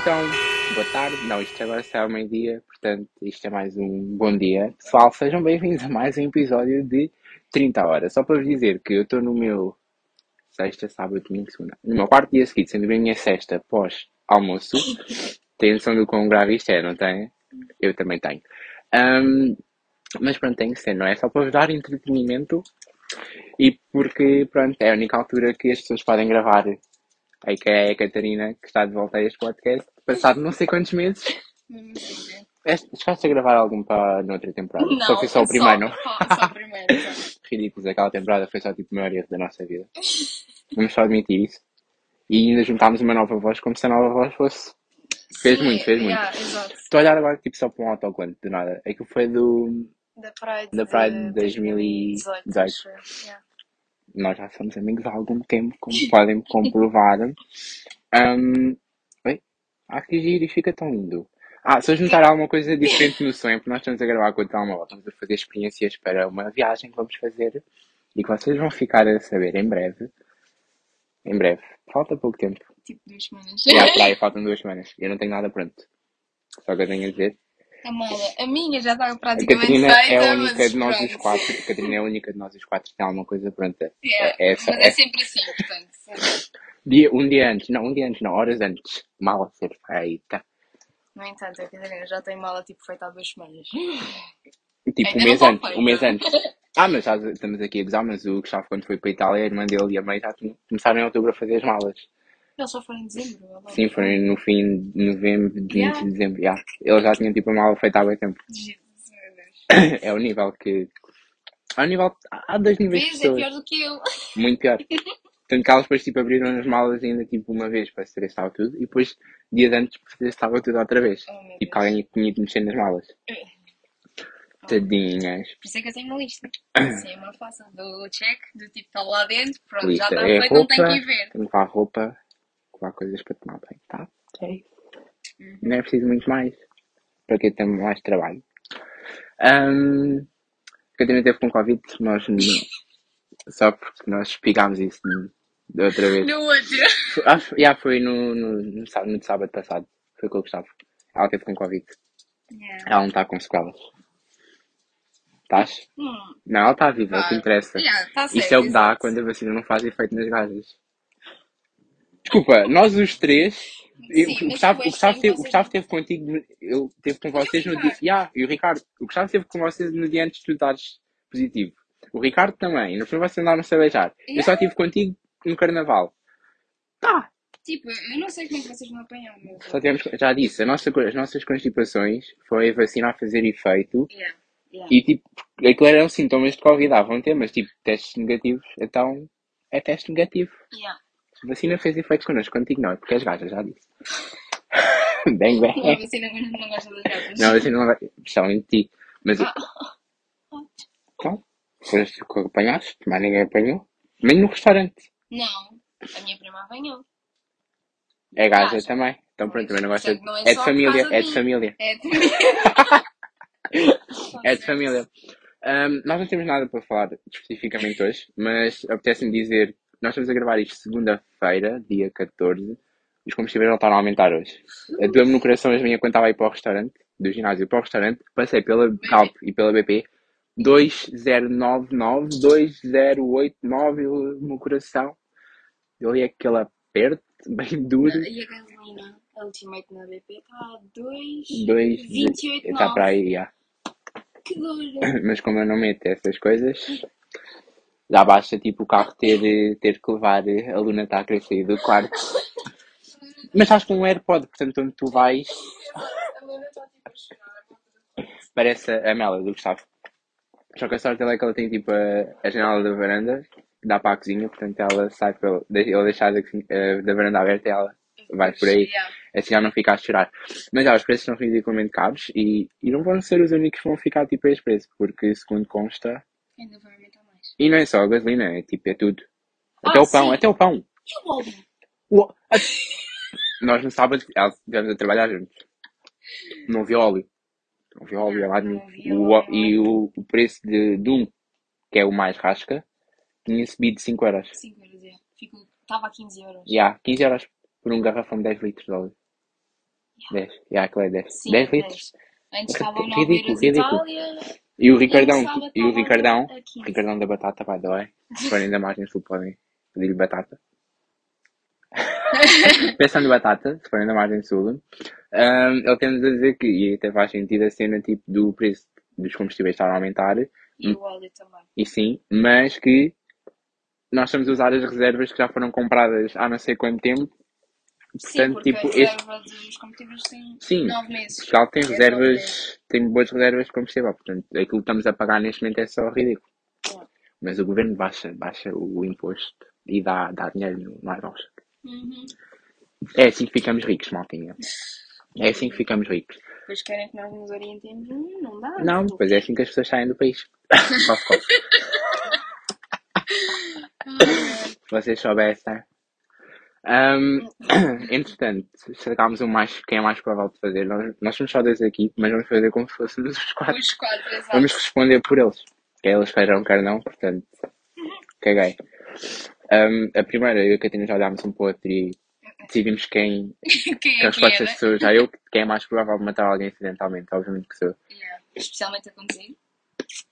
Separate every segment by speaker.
Speaker 1: Então, boa tarde. Não, isto agora será meio-dia, portanto, isto é mais um bom dia. Pessoal, sejam bem-vindos a mais um episódio de 30 horas. Só para vos dizer que eu estou no meu sexta, sábado, domingo, segunda. No meu quarto dia seguinte, sendo bem a minha sexta pós-almoço. Tem noção do quão grave isto é, não tem? Eu também tenho. Ahm, mas pronto, tem que ser, não é? Só para vos dar entretenimento e porque, pronto, é a única altura que as pessoas podem gravar. Aí que é a Catarina, que está de volta a este podcast, passado não sei quantos meses. Este- Chegaste a gravar algum para noutra temporada? Só foi só o primeiro.
Speaker 2: é Só, só o primeiro. só.
Speaker 1: Ridículos, aquela temporada foi só tipo o maior erro da nossa vida. Vamos só admitir isso. E ainda juntámos uma nova voz, como se a nova voz fosse. Fez
Speaker 2: Sim,
Speaker 1: muito, fez muito.
Speaker 2: yeah, exato.
Speaker 1: Estou a olhar agora tipo só para um autocolante, do nada. É que foi do.
Speaker 2: Da Pride,
Speaker 1: Da Pride de 2018.
Speaker 2: acho eu. Yeah.
Speaker 1: Nós já somos amigos há algum tempo, como podem comprovar. Ahm, Oi? Ah, que giro, isto fica tão lindo. Ah, se eu juntar alguma coisa diferente no sonho, porque nós estamos a gravar com o telemóvel, estamos a fazer experiências para uma viagem que vamos fazer e que vocês vão ficar a saber em breve. Em breve. Falta pouco tempo.
Speaker 2: Tipo duas semanas.
Speaker 1: Já para aí faltam duas semanas. Eu não tenho nada pronto. Só que eu tenho a dizer.
Speaker 2: Amada, a minha já estava
Speaker 1: A
Speaker 2: praticamente
Speaker 1: Catarina
Speaker 2: feita,
Speaker 1: é a única
Speaker 2: mas
Speaker 1: de nós
Speaker 2: pronto.
Speaker 1: os quatro. A Catarina é a única de nós os quatro que tem alguma coisa pronta.
Speaker 2: Yeah,
Speaker 1: É, essa,
Speaker 2: mas é
Speaker 1: é,
Speaker 2: sempre assim, portanto.
Speaker 1: dia, um dia antes. Não, um dia antes, não, horas antes. Mal a ser feita.
Speaker 2: No entanto, a Catarina já tem mala tipo feita há duas semanas.
Speaker 1: Tipo, um
Speaker 2: Ainda não
Speaker 1: mês
Speaker 2: tá
Speaker 1: antes,
Speaker 2: feita.
Speaker 1: um mês antes. Ah, mas já estamos aqui a gozar, mas o Gustavo, quando foi para a Itália, a irmã dele e a mãe já tinham- começaram em outubro a fazer as malas.
Speaker 2: Eles só foram em dezembro, agora.
Speaker 1: Sim, foi no fim de novembro, de início
Speaker 2: Yeah.
Speaker 1: de dezembro, já. Eles já tinham tipo a mala feita há bem tempo.
Speaker 2: Jesus, meu Deus.
Speaker 1: É o nível que. Há um nível. Há dois níveis de
Speaker 2: Vês, é
Speaker 1: pessoas.
Speaker 2: pior do que eu.
Speaker 1: Muito pior. Tanto que elas depois tipo, abriram as malas ainda tipo uma vez para saber se estava tudo e depois, dias antes, para saber se estava tudo outra vez.
Speaker 2: Oh, meu
Speaker 1: tipo, que
Speaker 2: Deus.
Speaker 1: alguém tinha de mexer nas malas. Tadinhas.
Speaker 2: Por isso é que eu tenho uma lista. Sim, é mais fácil. Do check, do tipo está lá dentro, pronto,
Speaker 1: Lista
Speaker 2: já está
Speaker 1: é
Speaker 2: feito, não
Speaker 1: roupa,
Speaker 2: tem que ir ver.
Speaker 1: tenho que levar roupa, levar coisas para tomar bem, tá? Não é preciso muito mais, para que temos mais trabalho. Ahm, a Catarina teve com Covid, nós não- só porque nós explicámos isso no- da outra vez.
Speaker 2: No outro.
Speaker 1: Foi- Acho, yeah, foi no, no, no, sá- no de sábado passado, foi com o Gustavo. Ela teve com Covid,
Speaker 2: Yeah.
Speaker 1: ela não está com sequelas. Estás?
Speaker 2: Hum,
Speaker 1: Não, ela está viva, é o que
Speaker 2: Claro.
Speaker 1: interessa.
Speaker 2: yeah, tá
Speaker 1: Isso
Speaker 2: certo,
Speaker 1: é o que dá
Speaker 2: exato.
Speaker 1: quando a vacina não faz efeito nas gajas. Desculpa, nós os três. eu-
Speaker 2: mas
Speaker 1: o Gustavo, o
Speaker 2: tu és
Speaker 1: Gustavo
Speaker 2: sem
Speaker 1: teve, o
Speaker 2: vocês
Speaker 1: Gustavo
Speaker 2: não.
Speaker 1: teve contigo, ele teve com vocês no dia.
Speaker 2: Ricardo.
Speaker 1: Yeah, e o Ricardo. O Gustavo teve com vocês no dia antes de tu dares positivo. O Ricardo também. No fim vocês andaram-se a beijar. Eu só
Speaker 2: Yeah.
Speaker 1: estive contigo no carnaval. Tá,
Speaker 2: Tipo, eu não sei como é que vocês me apanham, meu
Speaker 1: só tivemos, já disse, a nossa co- as nossas constipações foi a vacina a fazer efeito.
Speaker 2: Yeah. Yeah.
Speaker 1: E tipo, aquilo eram sintomas de Covid, ah, vão ter, mas tipo, testes negativos, então é teste negativo.
Speaker 2: Yeah.
Speaker 1: A vacina fez efeito connosco, contigo não, é porque as gajas, já disse. bem,
Speaker 2: Não, a
Speaker 1: bem.
Speaker 2: vacina não, não gosta das gatas.
Speaker 1: É. Não, a vacina não vai. Estão em ti. Mas.
Speaker 2: Ah.
Speaker 1: Então, foste tu que apanhaste, mas ninguém apanhou. Nem no restaurante.
Speaker 2: Não, a minha prima apanhou.
Speaker 1: É gaja
Speaker 2: Gaja.
Speaker 1: também. Então pronto, também não gosta de.
Speaker 2: Portanto, não é
Speaker 1: É
Speaker 2: só
Speaker 1: de
Speaker 2: por
Speaker 1: família,
Speaker 2: causa
Speaker 1: é
Speaker 2: de
Speaker 1: de
Speaker 2: mim.
Speaker 1: família.
Speaker 2: É de
Speaker 1: É de família. Ahm, nós não temos nada para falar especificamente hoje, mas apetece-me dizer. Nós estamos a gravar isto segunda-feira, dia 14. Os combustíveis voltaram a aumentar hoje. Doeu-me no coração hoje de manhã quando estava a ir para o restaurante, do ginásio para o restaurante, passei pela Galp e pela BP. 2099, 2089, e o meu coração. Eu li aquele aperto bem duro.
Speaker 2: E a gasolina, a Ultimate na BP, está a 2...
Speaker 1: 2,
Speaker 2: 28,9.
Speaker 1: Está para tá aí, já.
Speaker 2: Que doido.
Speaker 1: Mas como eu não meto essas coisas, já basta tipo o carro ter, eh, ter que levar eh, a Luna está a querer sair do quarto. Mas acho que um AirPod, portanto, onde tu vais,
Speaker 2: A Lana está tipo a chorar.
Speaker 1: parece a Mela do Gustavo. Só que a sorte dela é que ela tem tipo a, a janela da varanda, que dá para a cozinha, portanto ela sai pelo. de- Ele deixar da, cozinha- eh, da varanda aberta e ela vai por aí.
Speaker 2: Yeah.
Speaker 1: Assim já não fica a chorar. Mas ah, os preços são ridiculamente caros e, e não vão ser os únicos que vão ficar tipo a este preço, porque segundo consta.
Speaker 2: Ainda vai aumentar mais.
Speaker 1: E não é só a gasolina, é tipo, é tudo. Até
Speaker 2: Ah,
Speaker 1: o pão,
Speaker 2: sim.
Speaker 1: até o pão.
Speaker 2: E o ovo?
Speaker 1: O- a- Nós no sábado ah, estivemos a trabalhar juntos. Não vi óleo. Não vi óleo a lado
Speaker 2: Não
Speaker 1: nenhum.
Speaker 2: vi
Speaker 1: O
Speaker 2: óleo.
Speaker 1: ó- E o, o preço de, de um, que é o mais rasca, tinha subido 5 euros.
Speaker 2: 5 euros, é. Ficou, estava a 15 euros.
Speaker 1: Já, 15 euros por um garrafão de 10 litros de óleo. 10. Já, aquilo é 10.
Speaker 2: Sim,
Speaker 1: 10 litros.
Speaker 2: 10. Antes estavam 9
Speaker 1: Ridículo,
Speaker 2: euros
Speaker 1: ridículo.
Speaker 2: Itália
Speaker 1: E o
Speaker 2: e o
Speaker 1: Ricardão,
Speaker 2: Saba
Speaker 1: e o
Speaker 2: estava
Speaker 1: Ricardão,
Speaker 2: a 15.
Speaker 1: Ricardão da Batata, by the way. Se forem da margem sul podem pedir-lhe batata. Pensando em batata, se forem da margem sul, ahm, ele tem-nos a dizer que, e até faz sentido a cena tipo do preço dos combustíveis estar a aumentar,
Speaker 2: E o óleo também.
Speaker 1: e sim, mas que nós estamos a usar as reservas que já foram compradas há não sei quanto tempo,
Speaker 2: Sim,
Speaker 1: portanto,
Speaker 2: porque a
Speaker 1: tipo, este,
Speaker 2: reserva dos combustíveis tem
Speaker 1: sim,
Speaker 2: 9 meses.
Speaker 1: Portugal tem
Speaker 2: 10, 9 meses.
Speaker 1: reservas, tem boas reservas de combustível, portanto, aquilo que estamos a pagar neste momento é só ridículo.
Speaker 2: Yeah.
Speaker 1: Mas o governo baixa, baixa o imposto e dá, dá dinheiro, não é nós.
Speaker 2: Uhum.
Speaker 1: É assim que ficamos ricos, maltinha. É assim que ficamos ricos.
Speaker 2: Depois querem que nós nos orientemos. Hum, Não dá, não
Speaker 1: Não,
Speaker 2: vou.
Speaker 1: pois é assim que as pessoas saem do país. Of course.
Speaker 2: Ai,
Speaker 1: Se vocês soubessem. Ahm, entretanto, chegámos o mais, quem é mais provável de fazer. Nós, nós somos só dois aqui, mas vamos fazer como se fôssemos os
Speaker 2: ai.
Speaker 1: quatro.
Speaker 2: ah, Os quatro,
Speaker 1: Vamos
Speaker 2: exato.
Speaker 1: responder por eles. Que eles queiram, quer não, portanto, caguei. Ahm, a primeira, eu e a Catarina já olhámos um para o outro e decidimos quem,
Speaker 2: Quem
Speaker 1: que
Speaker 2: é
Speaker 1: as
Speaker 2: que
Speaker 1: respostas
Speaker 2: era?
Speaker 1: pessoas. Já eu, quem é mais provável de matar alguém acidentalmente, obviamente que sou. eu.
Speaker 2: Yeah. Especialmente a conduzir.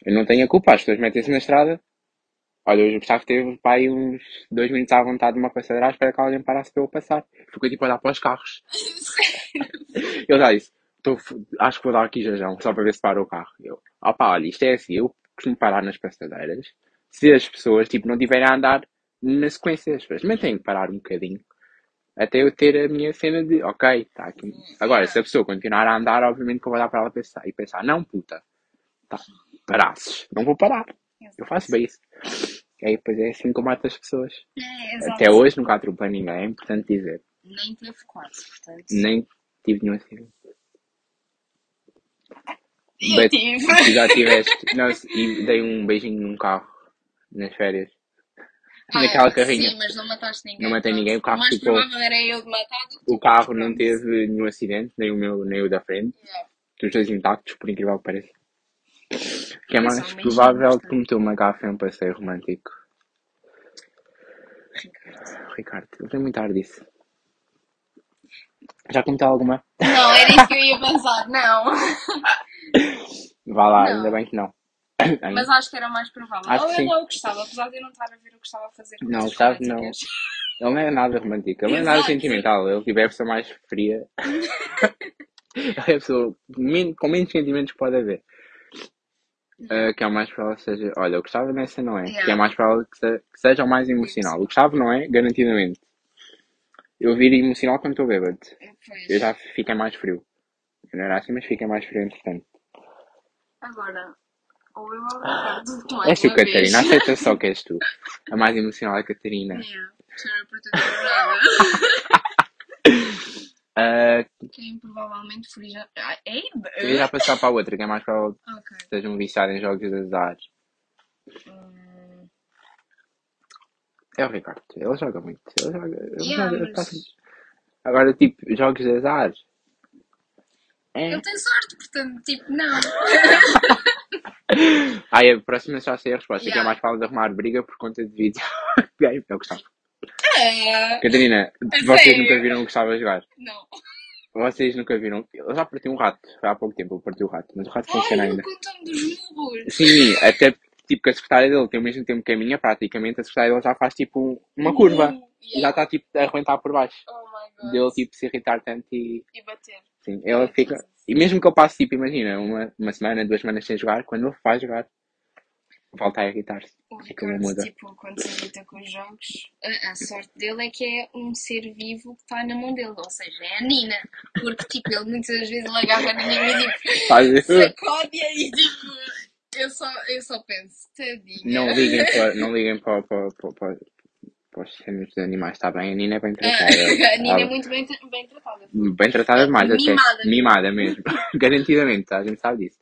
Speaker 1: Eu não tenho a culpa, as pessoas metem-se na estrada. Olha, hoje o Gustavo teve pá, aí uns dois minutos à vontade numa passadeira à espera que alguém parasse para eu passar. Ficou tipo a olhar para os carros. Ele já disse, "Tô f- acho que vou dar aqui jajão, só para ver se para o carro. Eu, opá, olha, isto é assim, eu costumo parar nas passadeiras se as pessoas tipo, não tiverem a andar na sequência. As pessoas também têm que parar um bocadinho até eu ter a minha cena de, ok, está aqui. Agora, se
Speaker 2: Yeah.
Speaker 1: a pessoa continuar a andar, obviamente que eu vou olhar para ela e pensar, e pensar, não, puta, tá, parasses, não vou parar. Eu faço
Speaker 2: Exato.
Speaker 1: bem isso. E aí, depois é assim que eu mato as pessoas.
Speaker 2: É,
Speaker 1: Até
Speaker 2: exato.
Speaker 1: hoje nunca atropelei ninguém, é importante dizer.
Speaker 2: Nem teve quase, portanto.
Speaker 1: Nem tive nenhum acidente.
Speaker 2: Eu
Speaker 1: But
Speaker 2: tive.
Speaker 1: tu já tiveste. Não, se- e dei um beijinho num carro nas férias.
Speaker 2: Ah,
Speaker 1: Naquela carrinha.
Speaker 2: sim, mas não mataste
Speaker 1: Não
Speaker 2: ninguém,
Speaker 1: matei
Speaker 2: pronto.
Speaker 1: ninguém, o
Speaker 2: O
Speaker 1: carro
Speaker 2: mais
Speaker 1: ficou.
Speaker 2: provável era eu de matar do que
Speaker 1: O
Speaker 2: tu, mas
Speaker 1: carro não
Speaker 2: pronto.
Speaker 1: teve nenhum acidente, nem o meu, nem o da frente.
Speaker 2: Yeah.
Speaker 1: Os dois intactos, por incrível que pareça. O que é
Speaker 2: Foi só
Speaker 1: mais
Speaker 2: um beijinho,
Speaker 1: provável que
Speaker 2: portanto.
Speaker 1: meteu uma gafa em um passeio romântico.
Speaker 2: Ricardo.
Speaker 1: Ricardo, eu tenho muito ar disso. Já cometeu alguma?
Speaker 2: Não, era isso que eu ia pensar, não.
Speaker 1: Vá lá, ainda
Speaker 2: Não.
Speaker 1: bem que não.
Speaker 2: Mas acho que era o mais provável.
Speaker 1: Acho
Speaker 2: Ou
Speaker 1: que
Speaker 2: ele
Speaker 1: sim.
Speaker 2: ou o Gustavo, apesar de eu não estar a ver o Gustavo a fazer
Speaker 1: Não, o
Speaker 2: coisas
Speaker 1: Gustavo não.
Speaker 2: românticas.
Speaker 1: Ele não é nada romântico, ele não é nada
Speaker 2: Exato.
Speaker 1: sentimental. Ele tipo, é a pessoa mais fria. Ele é a pessoa men- com menos sentimentos que pode haver.
Speaker 2: Yeah.
Speaker 1: Uh, que é o mais provável que seja. Olha, o Gustavo nessa não é. Que é
Speaker 2: Uhum. Yeah.
Speaker 1: mais provável que, se- que seja o mais emocional. O Gustavo não é, garantidamente. Eu viro emocional quando estou bêbado. Eu já
Speaker 2: Pois.
Speaker 1: fiquei mais frio. Eu não era assim, mas fiquei mais frio entretanto.
Speaker 2: Agora, ou eu ou o
Speaker 1: És
Speaker 2: Ricardo, mais
Speaker 1: tu,
Speaker 2: uma vez.
Speaker 1: É assim, Catarina. Aceita só que és tu. A mais emocional é a Catarina.
Speaker 2: Yeah. Chora por tudo e por nada.
Speaker 1: Uh,
Speaker 2: Quem provavelmente furia. Ah, ei?
Speaker 1: eu ia já
Speaker 2: bã?
Speaker 1: passar para a outra, que é mais provável
Speaker 2: Ok.
Speaker 1: que seja um viciado em jogos de azar.
Speaker 2: Hum,
Speaker 1: É o Ricardo. Ele joga muito. Ele joga. Ele
Speaker 2: yeah,
Speaker 1: joga ele tá sempre-
Speaker 2: mas
Speaker 1: Agora, tipo, jogos de azar.
Speaker 2: ele
Speaker 1: É.
Speaker 2: tem sorte, portanto, tipo, não.
Speaker 1: Aí a próxima já sei a resposta, que é
Speaker 2: Yeah.
Speaker 1: mais fácil de arrumar briga por conta de vídeo. Bem, eu gostava.
Speaker 2: É,
Speaker 1: Catarina,
Speaker 2: a
Speaker 1: vocês nunca
Speaker 2: sério?
Speaker 1: viram o Gustavo a jogar.
Speaker 2: Não.
Speaker 1: Vocês nunca viram. Eu já parti um rato. Foi há pouco tempo eu parti o rato, mas o rato
Speaker 2: Ai,
Speaker 1: funciona
Speaker 2: ele
Speaker 1: ainda.
Speaker 2: contou-me dos murros.
Speaker 1: Sim, até tipo que a secretária dele tem o mesmo tempo que a minha, praticamente, a secretária dele já faz tipo uma curva.
Speaker 2: Uh,
Speaker 1: E já
Speaker 2: yeah.
Speaker 1: está tipo a arrebentar por baixo.
Speaker 2: Oh my god.
Speaker 1: Dele tipo se irritar tanto e.
Speaker 2: E bater.
Speaker 1: Sim, ela
Speaker 2: Ai,
Speaker 1: fica.
Speaker 2: Jesus.
Speaker 1: E mesmo que eu passe, tipo, imagina, uma, uma semana, duas semanas sem jogar, quando ele vai jogar, volta a irritar-se.
Speaker 2: O
Speaker 1: Aquilo não
Speaker 2: Ricardo,
Speaker 1: muda.
Speaker 2: tipo, quando se irrita com os jogos, a, a sorte dele é que é um ser vivo que está na mão dele, ou seja, é a Nina. Porque, tipo, ele muitas vezes ele agarra a Nina e tipo,
Speaker 1: Sabe?
Speaker 2: sacode-a e tipo, eu só, eu só penso, tadinha.
Speaker 1: Não liguem para, não liguem para, para, para, para, para os sistemas dos animais, está bem? A Nina é bem tratada.
Speaker 2: Ah, A Nina é
Speaker 1: Ela-
Speaker 2: muito bem, tra- bem tratada, foi.
Speaker 1: bem tratada
Speaker 2: Ah,
Speaker 1: demais até.
Speaker 2: Mimada mesmo.
Speaker 1: Mimada mesmo. Garantidamente, a gente sabe disso.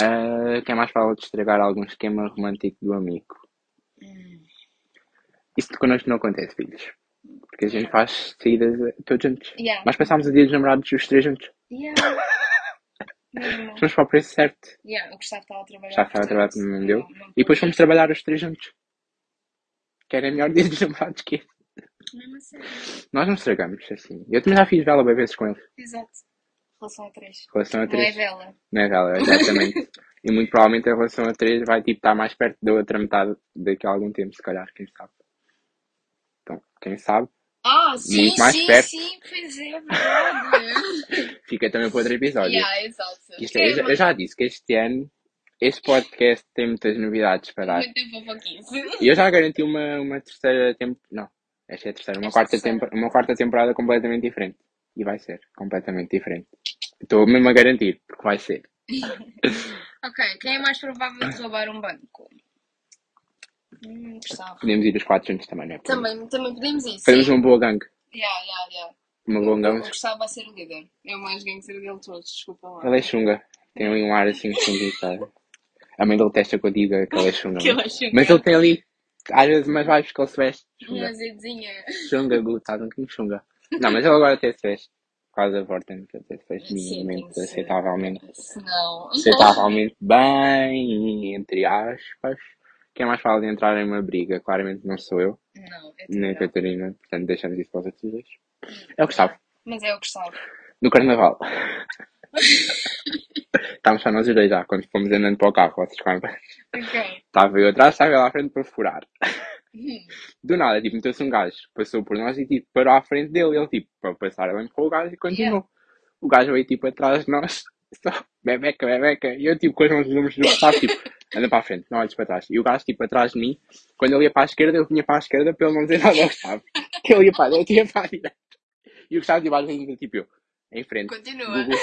Speaker 1: Ah, quem mais fala de estragar algum esquema romântico do amigo?
Speaker 2: Hum,
Speaker 1: Isso connosco não acontece, filhos. Porque a gente
Speaker 2: yeah.
Speaker 1: faz saídas eh, todos juntos.
Speaker 2: Yeah.
Speaker 1: Nós passámos o dia dos namorados os três juntos.
Speaker 2: Yeah, mesmo.
Speaker 1: Fomos para o preço certo.
Speaker 2: Yeah, o Gustavo estava a trabalhar,
Speaker 1: Já estava tá a trabalhar
Speaker 2: portanto,
Speaker 1: também não deu.
Speaker 2: não, não
Speaker 1: E depois fomos
Speaker 2: podia.
Speaker 1: trabalhar os três juntos. Que era melhor dia dos namorados que esse.
Speaker 2: Mesmo assim, a sério.
Speaker 1: Nós não estragamos assim. Eu também já fiz vela bem vezes com ele. Em
Speaker 2: Exato. Relação a três.
Speaker 1: relação a
Speaker 2: Não é
Speaker 1: três.
Speaker 2: vela.
Speaker 1: Não é vela, exatamente. e muito provavelmente em relação a três vai tipo estar mais perto da outra metade daqui a algum tempo, se calhar, quem sabe. Então, quem sabe,
Speaker 2: Ah, sim,
Speaker 1: Muito mais
Speaker 2: sim,
Speaker 1: perto.
Speaker 2: sim, pois é, verdade.
Speaker 1: fica também para outro episódio.
Speaker 2: yeah, exato.
Speaker 1: Isto é- eu,
Speaker 2: Quem
Speaker 1: já- eu
Speaker 2: mais?
Speaker 1: já disse que este ano este podcast tem muitas novidades para dar.
Speaker 2: Muita fofoquice.
Speaker 1: E eu já garanti uma, uma terceira temporada. Não, esta é a terceira, uma
Speaker 2: Esta é a
Speaker 1: quarta,
Speaker 2: terceira.
Speaker 1: tempo- uma quarta temporada completamente diferente. E vai ser completamente diferente. Estou mesmo a garantir, porque vai ser.
Speaker 2: Ok, quem é mais provável de roubar um banco? Hum, Gustavo.
Speaker 1: Podemos ir os quatro juntos também, não é? Podemos.
Speaker 2: Também, também podemos isso,
Speaker 1: Fazemos
Speaker 2: sim.
Speaker 1: uma boa gangue.
Speaker 2: Yeah, yeah, yeah.
Speaker 1: Uma
Speaker 2: O,
Speaker 1: boa
Speaker 2: o, o
Speaker 1: gangue.
Speaker 2: Gustavo vai ser o líder. É o mais gangster dele todos, desculpa lá.
Speaker 1: Ela é chunga. Tem ali um ar assim que chunga, sabe? A mãe dele testa que eu diga que ela é chunga.
Speaker 2: Que
Speaker 1: mas-
Speaker 2: ela é chunga.
Speaker 1: Mas ele tem ali, às vezes, umas vibes que ele se veste.
Speaker 2: Uma
Speaker 1: Chunga.
Speaker 2: azedinha.
Speaker 1: Xunga, glutado, um que xunga. Não, mas ele agora até se fez. Por causa da Vorten, que até se fez
Speaker 2: Sim, Um tem que
Speaker 1: minimamente,
Speaker 2: ser.
Speaker 1: aceitavelmente,
Speaker 2: Se não.
Speaker 1: aceitavelmente bem, entre aspas. Quem mais fala de entrar em uma briga? Claramente não sou eu,
Speaker 2: Não, é
Speaker 1: nem a
Speaker 2: tudo.
Speaker 1: Catarina, portanto deixamos isso para os outros dois. É o Gustavo,
Speaker 2: Mas é o Gustavo.
Speaker 1: no Carnaval. Estávamos só nós os dois já, quando fomos andando para o carro, vocês lembram?
Speaker 2: Ok.
Speaker 1: Estava eu atrás, estava ela à frente para furar.
Speaker 2: Hum,
Speaker 1: Do nada, tipo, meteu-se um gajo, passou por nós e tipo, parou à frente dele. Ele tipo, para passar, ele empurrou o gajo e continuou. O gajo veio tipo atrás de nós, só bebeca, bebeca. E eu tipo, com as mãos nos ombros do Gustavo, tipo, anda para a frente, não olhes para trás. E o gajo tipo atrás de mim, quando ele ia para a esquerda, eu vinha para a esquerda para ele não dizer nada ao Gustavo. Que ele ia para a direita, eu ia para a direita. E o Gustavo tipo, às vezes, tipo, eu, em frente.
Speaker 2: Continua.
Speaker 1: Google,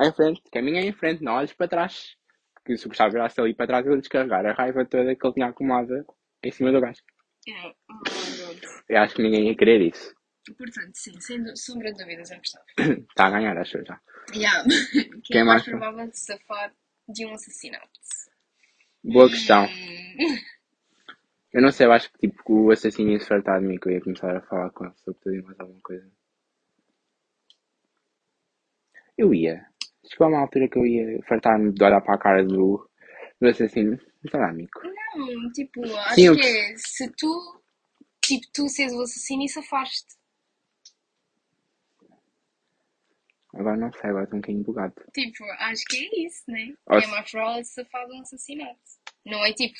Speaker 1: em frente, caminha em frente, não olhes para trás. Porque se o Gustavo virasse ali para trás, ele ia descarregar a raiva toda que ele tinha acumulada em cima do gajo.
Speaker 2: É. Oh, meu Deus.
Speaker 1: Eu acho que ninguém ia querer isso.
Speaker 2: Portanto, sim, sem du- sombra de dúvidas é o Gustavo.
Speaker 1: Está Tá a ganhar, acho eu já.
Speaker 2: Yeah. Quem é
Speaker 1: Quem
Speaker 2: mais
Speaker 1: mais?
Speaker 2: provável de safar de um assassinato?
Speaker 1: Boa questão.
Speaker 2: Hum.
Speaker 1: Eu não sei, eu acho que tipo que o assassino ia se fartar de mim, que eu ia começar a falar com ele sobre tudo e mais alguma coisa. Eu ia. Chegou uma altura que eu ia fartar-me de olhar para a cara do, do assassino. Sei lá, amigo.
Speaker 2: Não, tipo, acho
Speaker 1: Sim, eu-
Speaker 2: que é se tu, tipo, tu seres o assassino e safaste.
Speaker 1: Agora não sei, agora estou um bocadinho bugado.
Speaker 2: Tipo, acho que é isso, né?
Speaker 1: Ou
Speaker 2: É
Speaker 1: se-
Speaker 2: mais provável de safar de um assassinato. Não é tipo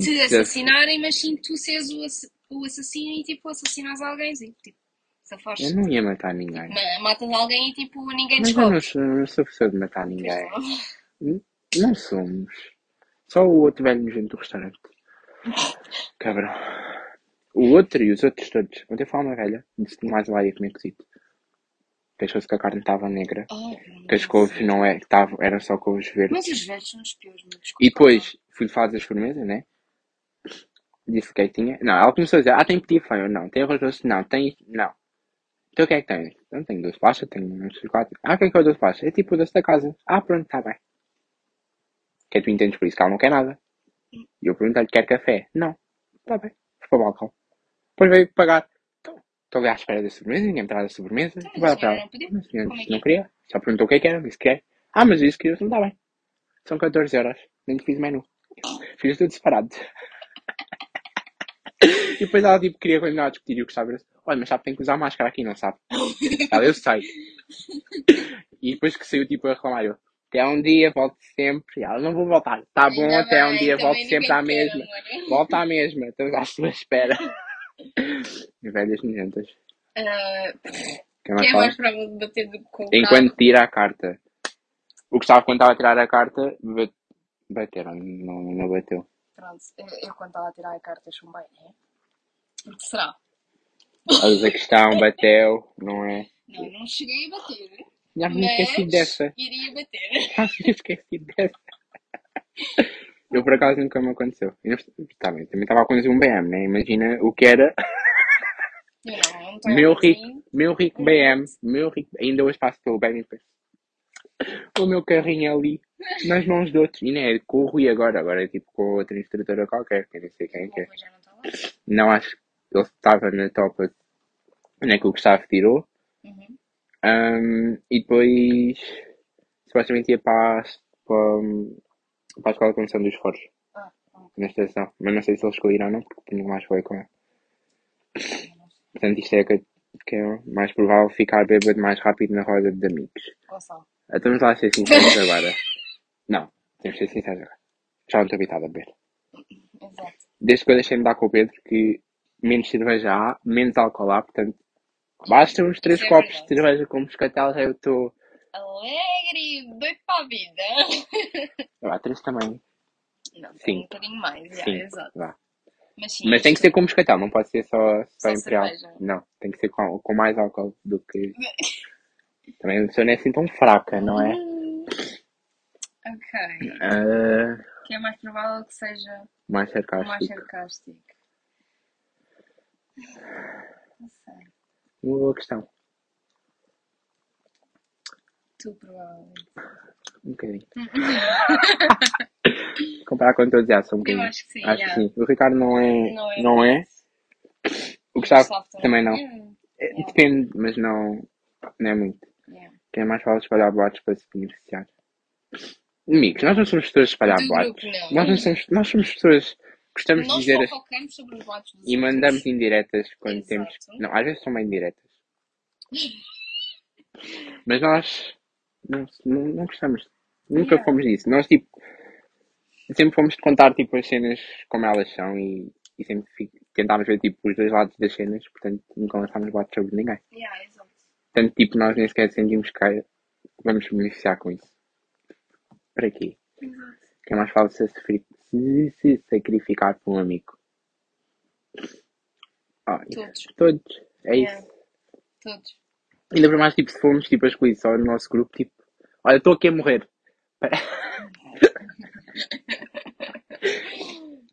Speaker 2: te
Speaker 1: se-
Speaker 2: assassinarem, mas sim tu seres o, ass- o assassino e tipo assassinas alguém. e, Tipo,
Speaker 1: Eu
Speaker 2: safaste.
Speaker 1: não ia matar ninguém.
Speaker 2: Ma- Matas alguém e tipo ninguém
Speaker 1: Uhum. Mas é eu
Speaker 2: descobre.
Speaker 1: não sou, não sou pessoa de matar
Speaker 2: Pois
Speaker 1: ninguém.
Speaker 2: não.
Speaker 1: Não somos. Só o outro velho nojento do restaurante. Cabrão. O outro e os outros todos. Ontem foi uma velha. Disse que mais lá ia comer cozido. Queixou-se que a carne estava negra.
Speaker 2: Ai,
Speaker 1: Que as couves não é, que tavam, eram só couves verdes.
Speaker 2: Mas os velhos são os piores, me desculpa.
Speaker 1: E depois fui fazer as formigas, né? Disse o que é que tinha. Não, ela começou a dizer, ah, tem petit eu não. Tem arroz doce, não. Tem isto, não. Então o que é que tem? Não tenho doce de pasta, tenho chocolate. Ah, o que é que é o doce de pasta? É tipo o doce da casa. Ah, pronto, está bem. Que é tu entendes por isso que ela não quer nada. E eu perguntei-lhe, quer café? Não. Está bem. Fui para o balcão. Depois veio pagar. Então, estou ali à espera da sobremesa, ninguém me traz a sobremesa.
Speaker 2: Então,
Speaker 1: Vou
Speaker 2: mas a
Speaker 1: dar para
Speaker 2: senhora
Speaker 1: ela.
Speaker 2: não pediu?
Speaker 1: tá. Mas a senhora
Speaker 2: Como é
Speaker 1: disse
Speaker 2: que
Speaker 1: que não
Speaker 2: é?
Speaker 1: queria. Só perguntou o que é que era, disse que quer. Ah, mas eu disse que eu não está bem. São 14 euros. Nem te fiz menu. Fiz tudo separado. E depois ela tipo, queria continuar a discutir e o Gustavo disse, olha, mas sabe, tem que usar máscara aqui, não sabe? Ela, eu sei. E depois que saiu tipo a reclamar, eu, até um dia, volto sempre. E Ela, não vou voltar. Tá bom,
Speaker 2: Ainda
Speaker 1: até um
Speaker 2: bem,
Speaker 1: dia, volto
Speaker 2: também
Speaker 1: sempre à
Speaker 2: então, ninguém quer, né?
Speaker 1: mesma.
Speaker 2: amor.
Speaker 1: Volta à mesma, então, estamos à sua espera. Velhas nojentas.
Speaker 2: Ah,
Speaker 1: Quem mais
Speaker 2: quem é
Speaker 1: fala?
Speaker 2: mais provável de bater do que com o
Speaker 1: Enquanto
Speaker 2: carro?
Speaker 1: tira a carta. O Gustavo, quando estava a tirar a carta, ba- bateram, não, não bateu.
Speaker 2: Pronto, eu, eu quando estava a tirar a carta chumbei, né? Porque será?
Speaker 1: Olhas a questão, bateu, não é?
Speaker 2: Não, não cheguei a bater,
Speaker 1: Já Ah, me esqueci
Speaker 2: mas
Speaker 1: dessa.
Speaker 2: iria bater.
Speaker 1: Já me esqueci dessa. Eu, por acaso, nunca me aconteceu. Eu não- tá bem, também estava a conduzir um BM, né? Imagina o que era
Speaker 2: Eu não, não estou a
Speaker 1: meu
Speaker 2: olhar para
Speaker 1: rico,
Speaker 2: mim.
Speaker 1: meu rico BM, meu rico. Ainda hoje passo pelo BM e penso, o meu carrinho ali, nas mãos de outros. E não é com o Rui agora, agora é tipo com outra instrutora qualquer, que eu nem sei quem é
Speaker 2: O
Speaker 1: que é.
Speaker 2: Rui já não está lá.
Speaker 1: Não acho que ele estava na topa né, que o Gustavo tirou.
Speaker 2: Uhum.
Speaker 1: Ahm, e depois supostamente ia para, as- para, hum, para a escola de condução dos foros
Speaker 2: Ah, ok.
Speaker 1: na estação. Mas não sei se eles escolheram ou não, porque nunca mais falei com ele.
Speaker 2: Eu não sei.
Speaker 1: Portanto, isto é que, que é mais provável ficar bêbado mais rápido na roda de amigos.
Speaker 2: Gonçalo.
Speaker 1: Ah, Estamos lá a ser sinceros agora. Não, temos de ser sinceros agora. Já não estou habitado a beber.
Speaker 2: Exato.
Speaker 1: Desde que eu deixei de dar com o Pedro, que menos cerveja há, menos álcool há, portanto, basta uns três
Speaker 2: Isso é
Speaker 1: copos de
Speaker 2: verdade.
Speaker 1: cerveja com moscatel, já eu estou.
Speaker 2: Alegre, doido para a vida.
Speaker 1: Vá, três também.
Speaker 2: Não, tem um
Speaker 1: Cinco,
Speaker 2: bocadinho mais, já,
Speaker 1: cinco,
Speaker 2: exato.
Speaker 1: vá.
Speaker 2: Mas sim,
Speaker 1: Mas tem que
Speaker 2: isto
Speaker 1: ser com moscatel, não pode ser só, só
Speaker 2: só
Speaker 1: imperial.
Speaker 2: cerveja.
Speaker 1: Não, tem que ser com, com mais álcool do que. Também a pessoa não é assim tão fraca, não é?
Speaker 2: Hum, é- ok.
Speaker 1: Ah,
Speaker 2: Que é mais provável que seja
Speaker 1: mais
Speaker 2: o mais
Speaker 1: sarcástico.
Speaker 2: sarcástico. Não sei.
Speaker 1: Uma boa questão.
Speaker 2: Tu provavelmente.
Speaker 1: Um bocadinho.
Speaker 2: Uhum.
Speaker 1: Comparar com todos já, só um
Speaker 2: Eu
Speaker 1: bocadinho.
Speaker 2: acho que sim,
Speaker 1: Acho que
Speaker 2: já.
Speaker 1: sim. O Ricardo não é.
Speaker 2: Não é
Speaker 1: Não é.
Speaker 2: muito.
Speaker 1: O
Speaker 2: O
Speaker 1: Gustavo
Speaker 2: Gustavo
Speaker 1: também
Speaker 2: também.
Speaker 1: não.
Speaker 2: Hum,
Speaker 1: É,
Speaker 2: yeah,
Speaker 1: Depende, mas não, não é muito.
Speaker 2: yeah.
Speaker 1: Quem mais fala de espalhar boatos para se beneficiar? Amigos, nós não somos pessoas de espalhar
Speaker 2: Do
Speaker 1: boatos.
Speaker 2: um grupo,
Speaker 1: Nós não
Speaker 2: não.
Speaker 1: somos, nós somos pessoas que gostamos de
Speaker 2: Nós
Speaker 1: dizer as-
Speaker 2: fofocamos sobre os lados dos
Speaker 1: e mandamos
Speaker 2: outros.
Speaker 1: indiretas quando temos.
Speaker 2: Exato.
Speaker 1: Não, às vezes são bem indiretas. Mas nós não, não, não gostamos. Nunca
Speaker 2: Yeah.
Speaker 1: fomos disso. Nós tipo, sempre fomos de contar tipo as cenas como elas são e, e sempre fi- tentámos ver tipo os dois lados das cenas, portanto nunca lançámos boatos sobre ninguém.
Speaker 2: Yeah, exato.
Speaker 1: Portanto, tipo, nós nem sequer sentimos que vamos beneficiar com isso. Para quê?
Speaker 2: Exato.
Speaker 1: Que é mais fácil se, sofri- se, se sacrificar por um amigo. Ah, isso.
Speaker 2: Todos.
Speaker 1: Todos. É
Speaker 2: Yeah,
Speaker 1: isso.
Speaker 2: todos.
Speaker 1: Ainda para mais, tipo, se formos, tipo, a escolher só no nosso grupo, tipo, olha, estou aqui a morrer. Para-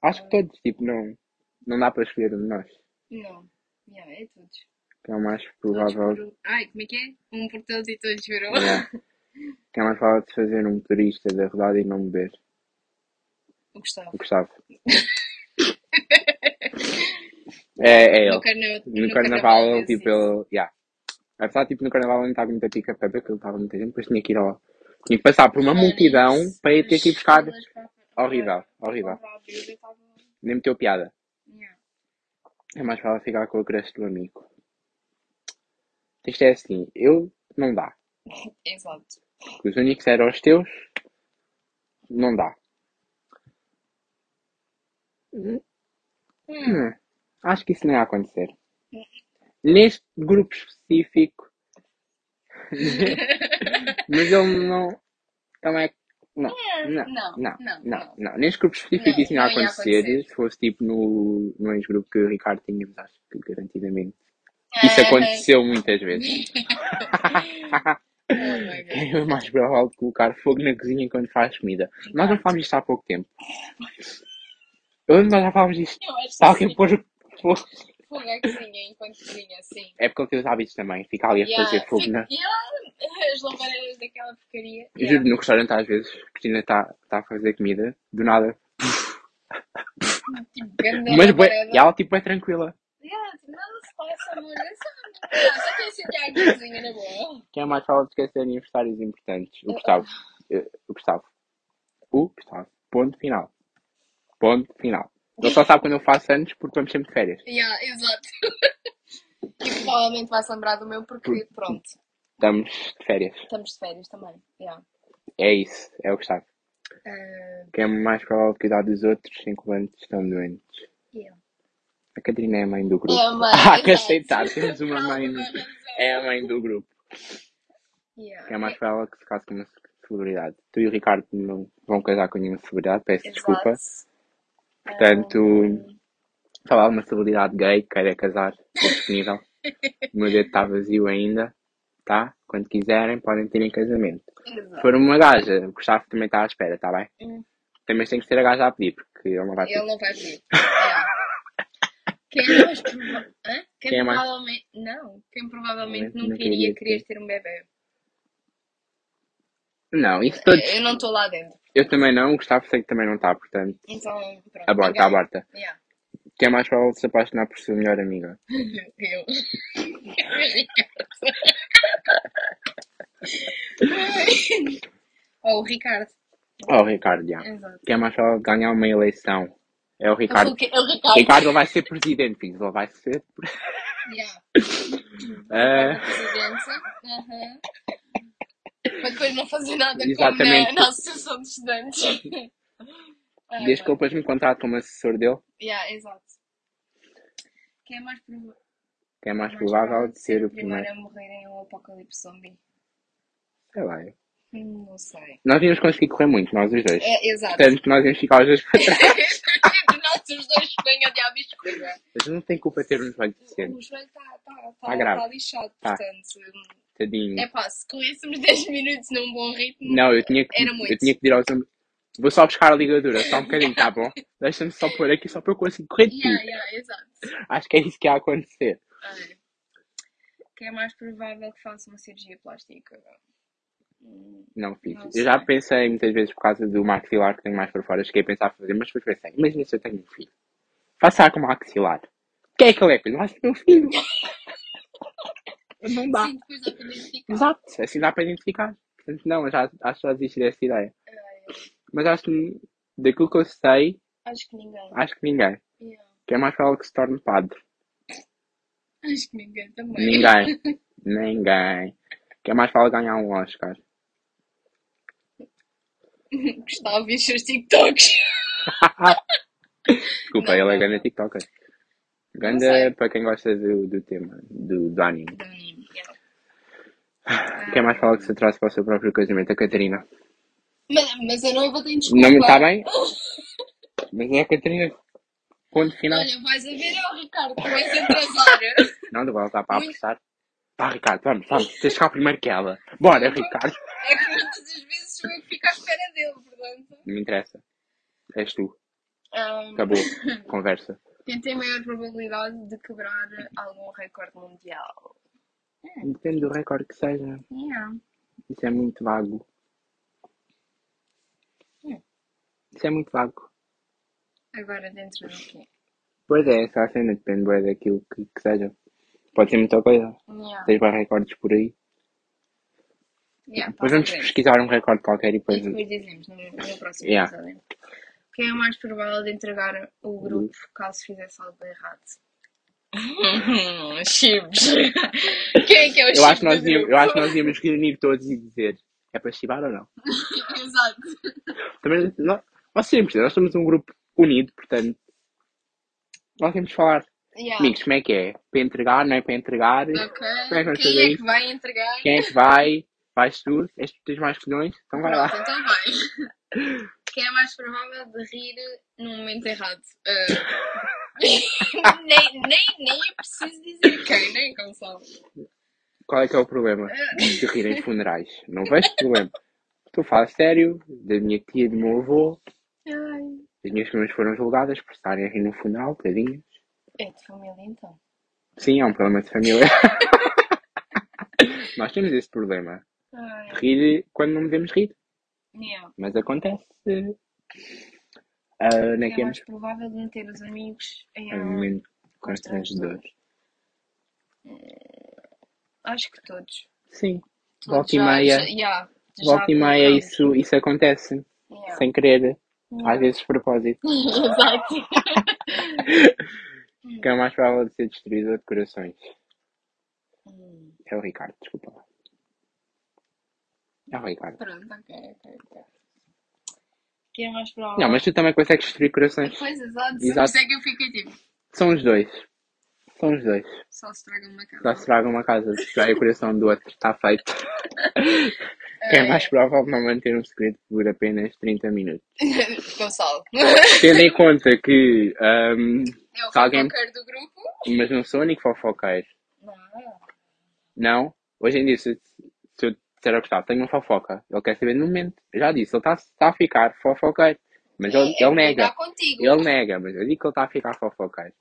Speaker 1: Acho que todos, tipo, não, não dá para escolher um de nós.
Speaker 2: Não. Yeah, é todos.
Speaker 1: Que é o mais
Speaker 2: Todos por
Speaker 1: provável.
Speaker 2: um. Ai, como é que é? Um por todos e todos por um.
Speaker 1: Yeah. Que é mais provável de fazer um motorista da rodada e não beber.
Speaker 2: O Gustavo.
Speaker 1: O Gustavo. É, é
Speaker 2: No,
Speaker 1: ele.
Speaker 2: carna...
Speaker 1: No
Speaker 2: no carnaval
Speaker 1: carnaval,
Speaker 2: vê-se
Speaker 1: tipo,
Speaker 2: isso.
Speaker 1: ele. Yeah. Apesar, tipo, no carnaval não estava muita pica para ver, porque ele estava muita gente, depois tinha que ir ao. Tinha que passar por uma
Speaker 2: Falando
Speaker 1: multidão
Speaker 2: nisso,
Speaker 1: para ir ter que ir
Speaker 2: as
Speaker 1: buscar.
Speaker 2: filas para para-
Speaker 1: Horrível,
Speaker 2: para
Speaker 1: horrível.
Speaker 2: comprar a bebida estavam.
Speaker 1: Nem meteu piada.
Speaker 2: Yeah.
Speaker 1: É mais fácil ficar com o crush do amigo. Isto é assim, eu não dá.
Speaker 2: Exato.
Speaker 1: Os únicos eram os teus, não dá. Hum,
Speaker 2: Hum.
Speaker 1: hum, Acho que isso não ia acontecer. Neste grupo específico, mas ele não. Então é. Não, não,
Speaker 2: Não,
Speaker 1: não,
Speaker 2: não,
Speaker 1: não,
Speaker 2: não.
Speaker 1: não. Neste grupo específico
Speaker 2: Não,
Speaker 1: isso não ia
Speaker 2: não ia
Speaker 1: acontecer.
Speaker 2: acontecer.
Speaker 1: Se fosse tipo no, no ex-grupo que o Ricardo tinha, mas acho que garantidamente. Isso é
Speaker 2: Ah,
Speaker 1: aconteceu muitas vezes.
Speaker 2: oh my god.
Speaker 1: É mais provável de colocar fogo na cozinha quando faz comida. Nós não
Speaker 2: Ricardo,
Speaker 1: falámos disto há pouco tempo. Eu lembro que nós já falámos disto.
Speaker 2: eu acho
Speaker 1: Está alguém
Speaker 2: assim.
Speaker 1: a pôr fogo.
Speaker 2: Fogo é à cozinha enquanto cozinha, assim.
Speaker 1: É porque ele tem os hábitos também. Fica ali a fazer
Speaker 2: Yeah,
Speaker 1: fogo
Speaker 2: fico,
Speaker 1: na.
Speaker 2: yeah, as lambaredas daquela porcaria.
Speaker 1: Eu juro,
Speaker 2: Yeah.
Speaker 1: no restaurante às vezes, Cristina está tá a fazer comida, do nada.
Speaker 2: Tipo, grande
Speaker 1: Mas bué- e
Speaker 2: lambareda.
Speaker 1: ela tipo é tranquila.
Speaker 2: Yeah, tipo, nada se passa, amor. É só, yeah, só quer sentar aqui a cozinha, na boa.
Speaker 1: Quem é mais fala de esquecer aniversários importantes? O
Speaker 2: Eu-
Speaker 1: Gustavo. Eh, O Gustavo. O Gustavo. Ponto final. Ponto final. Ele só sabe quando eu faço anos porque vamos sempre de férias.
Speaker 2: Yeah, exato. E provavelmente vai-se lembrar do meu porque,
Speaker 1: Porque
Speaker 2: pronto,
Speaker 1: estamos de férias.
Speaker 2: estamos de férias também. Yeah.
Speaker 1: É isso. É o Gustavo.
Speaker 2: Ah,
Speaker 1: Quem é mais provável de cuidar dos outros enquanto estão doentes?
Speaker 2: yeah.
Speaker 1: A Catarina é a mãe do
Speaker 2: É
Speaker 1: grupo.
Speaker 2: a mãe,
Speaker 1: Há que
Speaker 2: exato.
Speaker 1: aceitar. Temos uma
Speaker 2: Por
Speaker 1: mãe.
Speaker 2: alguma
Speaker 1: É a
Speaker 2: razão.
Speaker 1: mãe do grupo.
Speaker 2: Yeah.
Speaker 1: Quem é mais
Speaker 2: que-
Speaker 1: provável que se case com uma celebridade? Tu e o Ricardo não vão casar com nenhuma celebridade. Peço desculpa.
Speaker 2: Exato.
Speaker 1: Portanto,
Speaker 2: Ah,
Speaker 1: se há uma celebridade gay que queira casar, estou disponível. O meu dedo está vazio ainda, tá? Quando quiserem, podem ter em casamento. Se for
Speaker 2: exato.
Speaker 1: uma gaja, o Gustavo também está à espera, tá bem?
Speaker 2: Ah. Hum,
Speaker 1: Também mas tem que ser a gaja a pedir, porque ele não vai
Speaker 2: Ele
Speaker 1: pedir.
Speaker 2: não vai vir. Yeah. Quem é mais provável. Quem
Speaker 1: Quem é mais?
Speaker 2: provavelmente. Não, quem provavelmente
Speaker 1: Provavelmente
Speaker 2: nunca
Speaker 1: não
Speaker 2: iria
Speaker 1: queria
Speaker 2: querer
Speaker 1: ter.
Speaker 2: ter um bebê.
Speaker 1: Não, isso
Speaker 2: Eh, Eu
Speaker 1: todos.
Speaker 2: não estou lá dentro.
Speaker 1: Eu também não, o Gustavo sei que também não está, portanto, tá
Speaker 2: Então, pronto,
Speaker 1: aborta,
Speaker 2: ninguém.
Speaker 1: aborta.
Speaker 2: Yeah.
Speaker 1: Quem é mais provável de se apaixonar por sua melhor amiga?
Speaker 2: Eu. Ou Oh, o Ricardo.
Speaker 1: É o Ricardo, já.
Speaker 2: Exato.
Speaker 1: Quem é mais provável de ganhar uma eleição? É o
Speaker 2: Eu sou
Speaker 1: Ricardo.
Speaker 2: o quê? É o Ricardo.
Speaker 1: Ricardo ele vai ser presidente, filho. Ele vai ser.
Speaker 2: Yeah.
Speaker 1: Ah,
Speaker 2: Presidência. Aham. Para depois não fazer nada como na,
Speaker 1: exatamente.
Speaker 2: na associação de estudantes.
Speaker 1: Desde que
Speaker 2: Aham.
Speaker 1: ele pôs-me em contato como um assessor dele,
Speaker 2: Yeah, exato. Quem é mais, prova-
Speaker 1: que é mais
Speaker 2: mais
Speaker 1: provável
Speaker 2: provável
Speaker 1: de
Speaker 2: de ser
Speaker 1: ser
Speaker 2: o
Speaker 1: o
Speaker 2: primeiro
Speaker 1: primeiro.
Speaker 2: a morrer em um apocalipse zombi?
Speaker 1: Sei lá. eu-
Speaker 2: Hum, Não sei.
Speaker 1: Nós íamos conseguir correr muito, nós os dois.
Speaker 2: É, exato.
Speaker 1: Portanto, nós íamos ficar os dois para trás.
Speaker 2: Entre nós os dois põe a diabo e escolha.
Speaker 1: Mas não tem culpa ter uns olhos
Speaker 2: O,
Speaker 1: deficientes.
Speaker 2: o joelho está tá,
Speaker 1: Está
Speaker 2: tá,
Speaker 1: grave.
Speaker 2: tá lixado,
Speaker 1: Tá,
Speaker 2: portanto. hum,
Speaker 1: tadinho.
Speaker 2: É pá, se corrêssemos 10 minutos num bom ritmo,
Speaker 1: Não, eu tinha que,
Speaker 2: era
Speaker 1: eu
Speaker 2: muito.
Speaker 1: tinha que dizer ao Zambi. Vou só buscar a ligadura, só um bocadinho, tá bom? Deixa-me só pôr aqui só para eu conseguir correr de
Speaker 2: Yeah,
Speaker 1: ti.
Speaker 2: yeah, exato.
Speaker 1: Acho que é isso que ia acontecer.
Speaker 2: Ai. Que é mais provável que faça uma cirurgia plástica? Hum,
Speaker 1: Não fiz.
Speaker 2: Não
Speaker 1: Eu já
Speaker 2: sei.
Speaker 1: pensei muitas vezes por causa do maxilar que tenho mais para fora, cheguei a pensar a fazer, mas depois pensei, imagina se eu tenho um filho. Faça com o maxilar. Quem é que ele é? Não vai ser meu filho. Não dá.
Speaker 2: Sim, depois dá para identificar.
Speaker 1: Exato. Assim dá para identificar. Portanto, não, eu já, acho que já desisti dessa ideia.
Speaker 2: Ai,
Speaker 1: Mas acho que, daquilo que eu sei,
Speaker 2: acho que ninguém.
Speaker 1: acho que ninguém.
Speaker 2: Yeah.
Speaker 1: Que é mais provável que se torne padre.
Speaker 2: Acho que ninguém também.
Speaker 1: Ninguém. Ninguém. Que é mais provável ganhar um Oscar.
Speaker 2: Gostava de ver os seus TikToks.
Speaker 1: Desculpa,
Speaker 2: Não,
Speaker 1: ele é
Speaker 2: não,
Speaker 1: grande
Speaker 2: não.
Speaker 1: TikToker.
Speaker 2: Não
Speaker 1: Ganda
Speaker 2: sei.
Speaker 1: para quem gosta do, do tema, do, do anime.
Speaker 2: Do anime, yeah.
Speaker 1: Quem mais fala que
Speaker 2: Ah,
Speaker 1: se traz para o seu próprio casamento? é A Catarina.
Speaker 2: mas, mas a noiva tem
Speaker 1: Não me
Speaker 2: desculpa.
Speaker 1: está bem, mas é a Catarina. Ponto final.
Speaker 2: Olha, vais a ver, é o Ricardo, tu vais atrasar.
Speaker 1: Não, devo voltar para
Speaker 2: Muito.
Speaker 1: apressar. Tá, Ricardo, vamos, vamos. Tens de chegar primeiro que ela. Bora, Ricardo.
Speaker 2: É que muitas das vezes sou eu que fico à espera dele, portanto.
Speaker 1: Não me interessa. És tu.
Speaker 2: Ahm,
Speaker 1: Acabou. Conversa.
Speaker 2: quem tem maior probabilidade de quebrar algum recorde mundial? Hum,
Speaker 1: Depende do recorde que seja.
Speaker 2: yeah.
Speaker 1: Isso é muito vago.
Speaker 2: Hum.
Speaker 1: Isso é muito vago.
Speaker 2: Agora dentro do quê?
Speaker 1: Pois é, essa é a cena depende bué daquilo que, que seja. Pode ser muita coisa.
Speaker 2: Yeah.
Speaker 1: Tens vários recordes por aí.
Speaker 2: Yeah,
Speaker 1: Depois
Speaker 2: passa à
Speaker 1: vamos
Speaker 2: frente.
Speaker 1: pesquisar um recorde qualquer e
Speaker 2: E
Speaker 1: depois.
Speaker 2: depois dizemos no, no próximo
Speaker 1: Yeah. Uhum.
Speaker 2: episódio. Quem é mais provável de entregar o grupo caso fizesse algo errado? Chives. Quem é que é o
Speaker 1: Eu acho que
Speaker 2: chip do
Speaker 1: nós íamos, eu
Speaker 2: grupo?
Speaker 1: acho que nós íamos reunir todos e dizer é para chibar ou não.
Speaker 2: Exato.
Speaker 1: Também nós, nós sempre, nós somos um grupo unido, portanto, nós temos de falar.
Speaker 2: Yeah.
Speaker 1: Amigos, como é que é? Para entregar, não é para entregar?
Speaker 2: Ok.
Speaker 1: Como é que vamos
Speaker 2: Quem
Speaker 1: fazer
Speaker 2: é que
Speaker 1: isto?
Speaker 2: vai entregar?
Speaker 1: Quem é que vai? Vais tu? És tu que tens mais colhões? Então vai lá.
Speaker 2: Pronto, então vai. Quem é mais provável de rir num momento errado? Ah, nem, nem, nem é preciso dizer quem, nem é Gonçalo.
Speaker 1: Qual é que é o problema de rir em funerais? Não vejo problema. Estou a falar sério, da minha tia, do meu avô.
Speaker 2: Ai.
Speaker 1: As minhas primas foram julgadas por estarem a rir no funeral, tadinhas.
Speaker 2: É de família então.
Speaker 1: Sim, é um problema de família. Nós temos esse problema. De
Speaker 2: Ai.
Speaker 1: rir quando não devemos rir.
Speaker 2: Yeah.
Speaker 1: Mas acontece. ah,
Speaker 2: Quem é
Speaker 1: naqueles
Speaker 2: mais provável de meter os amigos em
Speaker 1: é um
Speaker 2: algo
Speaker 1: momento constrangedor.
Speaker 2: constrangedor? Acho que todos.
Speaker 1: Sim.
Speaker 2: Todos
Speaker 1: Volta e
Speaker 2: já, já,
Speaker 1: meia.
Speaker 2: yeah, já Hum.
Speaker 1: Volta e meia
Speaker 2: colocamos.
Speaker 1: isso, isso acontece.
Speaker 2: Yeah.
Speaker 1: Sem querer. Às
Speaker 2: Yeah.
Speaker 1: vezes de propósito.
Speaker 2: Exato.
Speaker 1: Quem é mais provável de ser destruidor de corações?
Speaker 2: Hum.
Speaker 1: É o Ricardo, desculpa lá. É o Ricardo.
Speaker 2: Pronto, ok, ok, ok. Quem é mais
Speaker 1: Não,
Speaker 2: provável?
Speaker 1: mas tu também consegues destruir corações.
Speaker 2: Pois, exato. Por
Speaker 1: Exato.
Speaker 2: isso é que eu fiquei tipo,
Speaker 1: São os dois. São os dois.
Speaker 2: só se traga uma
Speaker 1: Só
Speaker 2: casa.
Speaker 1: se traga uma casa, destrói o coração do outro, está feito. Quem é mais
Speaker 2: É,
Speaker 1: provável não manter um segredo por apenas 30 minutos?
Speaker 2: Gonçalo.
Speaker 1: Tendo em conta que ahm,
Speaker 2: É o
Speaker 1: se alguém.
Speaker 2: fofoqueiro do grupo?
Speaker 1: Mas não sou o único fofoqueiro.
Speaker 2: Não.
Speaker 1: Não. Hoje em dia, se, se eu disser ao Gustavo, tenho uma fofoca, ele quer saber no momento. Eu já disse, ele está tá a ficar fofoqueiro. Mas ele,
Speaker 2: É, é
Speaker 1: ele
Speaker 2: brigar
Speaker 1: nega.
Speaker 2: contigo.
Speaker 1: Ele é nega, mas eu digo que ele está a ficar fofoqueiro.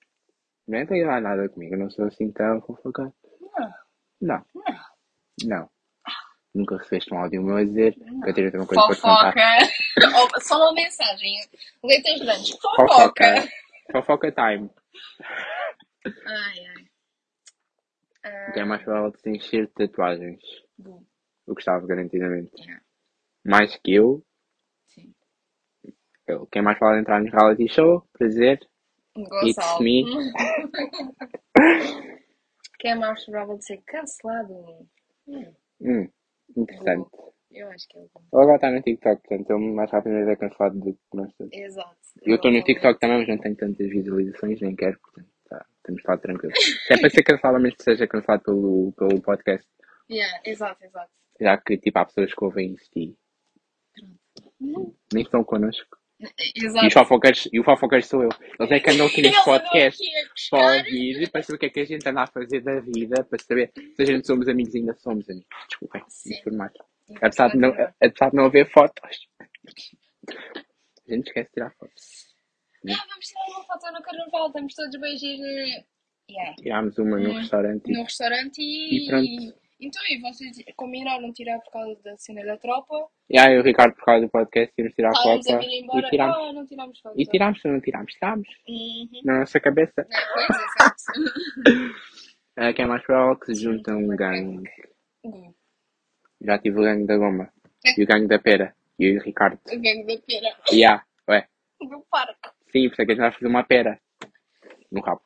Speaker 1: Não tem lá nada comigo, eu não sou assim tão fofoqueiro.
Speaker 2: Não,
Speaker 1: Não,
Speaker 2: não,
Speaker 1: não. Nunca recebeste um áudio meu a dizer que eu
Speaker 2: não.
Speaker 1: tenho uma coisa para te contar.
Speaker 2: Fofoca. Ou- Só uma mensagem. Letras grandes. Fofoca.
Speaker 1: Fofoca. Fofoca time.
Speaker 2: Ai, ai.
Speaker 1: O que é mais
Speaker 2: Ah,
Speaker 1: provável de se encher de tatuagens?
Speaker 2: bom,
Speaker 1: O Gustavo, garantidamente.
Speaker 2: yeah,
Speaker 1: Mais que eu.
Speaker 2: sim.
Speaker 1: eu. Quem mais provável de entrar no reality show? Prazer. It's
Speaker 2: Gonçalo.
Speaker 1: me.
Speaker 2: Quem é mais provável de ser cancelado? Hum,
Speaker 1: Hum, interessante.
Speaker 2: Google. Eu acho que é o Google.
Speaker 1: Ele agora está no TikTok, portanto, ele mais rapidamente é cancelado do que nós todos.
Speaker 2: Exato,
Speaker 1: Eu estou no
Speaker 2: exatamente.
Speaker 1: TikTok também, mas não tenho tantas visualizações, nem quero, portanto, tá, estamos lá tranquilos. Se é para ser cancelado, mesmo que seja cancelado pelo, pelo podcast,
Speaker 2: Yeah, exato, exato.
Speaker 1: já que, tipo, há pessoas que ouvem isto e
Speaker 2: Hum,
Speaker 1: nem estão connosco. E os
Speaker 2: Exato.
Speaker 1: fofocas, e o fofocas sou eu. Eles é que andam aqui
Speaker 2: Eles
Speaker 1: neste
Speaker 2: andam
Speaker 1: podcast
Speaker 2: aqui a
Speaker 1: para
Speaker 2: buscar.
Speaker 1: ouvir, para saber o que é que a gente anda a fazer da vida, para saber se a gente somos amigos ainda somos amigos. Desculpem,
Speaker 2: Sim.
Speaker 1: informar.
Speaker 2: E vai
Speaker 1: Apesar de não,
Speaker 2: continuar.
Speaker 1: apesar de não haver fotos. A gente esquece de tirar fotos.
Speaker 2: Ah, vamos tirar uma foto no carnaval, estamos todos bem giros. Yeah.
Speaker 1: Tirámos uma num
Speaker 2: Hum,
Speaker 1: restaurante e
Speaker 2: No restaurante
Speaker 1: E
Speaker 2: e.
Speaker 1: pronto.
Speaker 2: Então, e vocês combinaram tirar por causa da cena da tropa?
Speaker 1: E aí o Ricardo, por causa do podcast, íamos tirar a
Speaker 2: Estávamos a
Speaker 1: foto
Speaker 2: vir
Speaker 1: e
Speaker 2: embora.
Speaker 1: tirámos.
Speaker 2: Ah, não tirámos foto.
Speaker 1: E tirámos, não tirámos, tirámos.
Speaker 2: Uhum.
Speaker 1: Na nossa cabeça.
Speaker 2: Não, pois, exato.
Speaker 1: É que é mais provável que se junta um
Speaker 2: Uma
Speaker 1: gangue.
Speaker 2: Hum.
Speaker 1: Já tive o gangue da goma. E o gangue da pera. E eu e o Ricardo.
Speaker 2: O gangue da pera
Speaker 1: E há, ué.
Speaker 2: do parque.
Speaker 1: Sim, por isso é que a gente vai fazer uma pera. No rabo.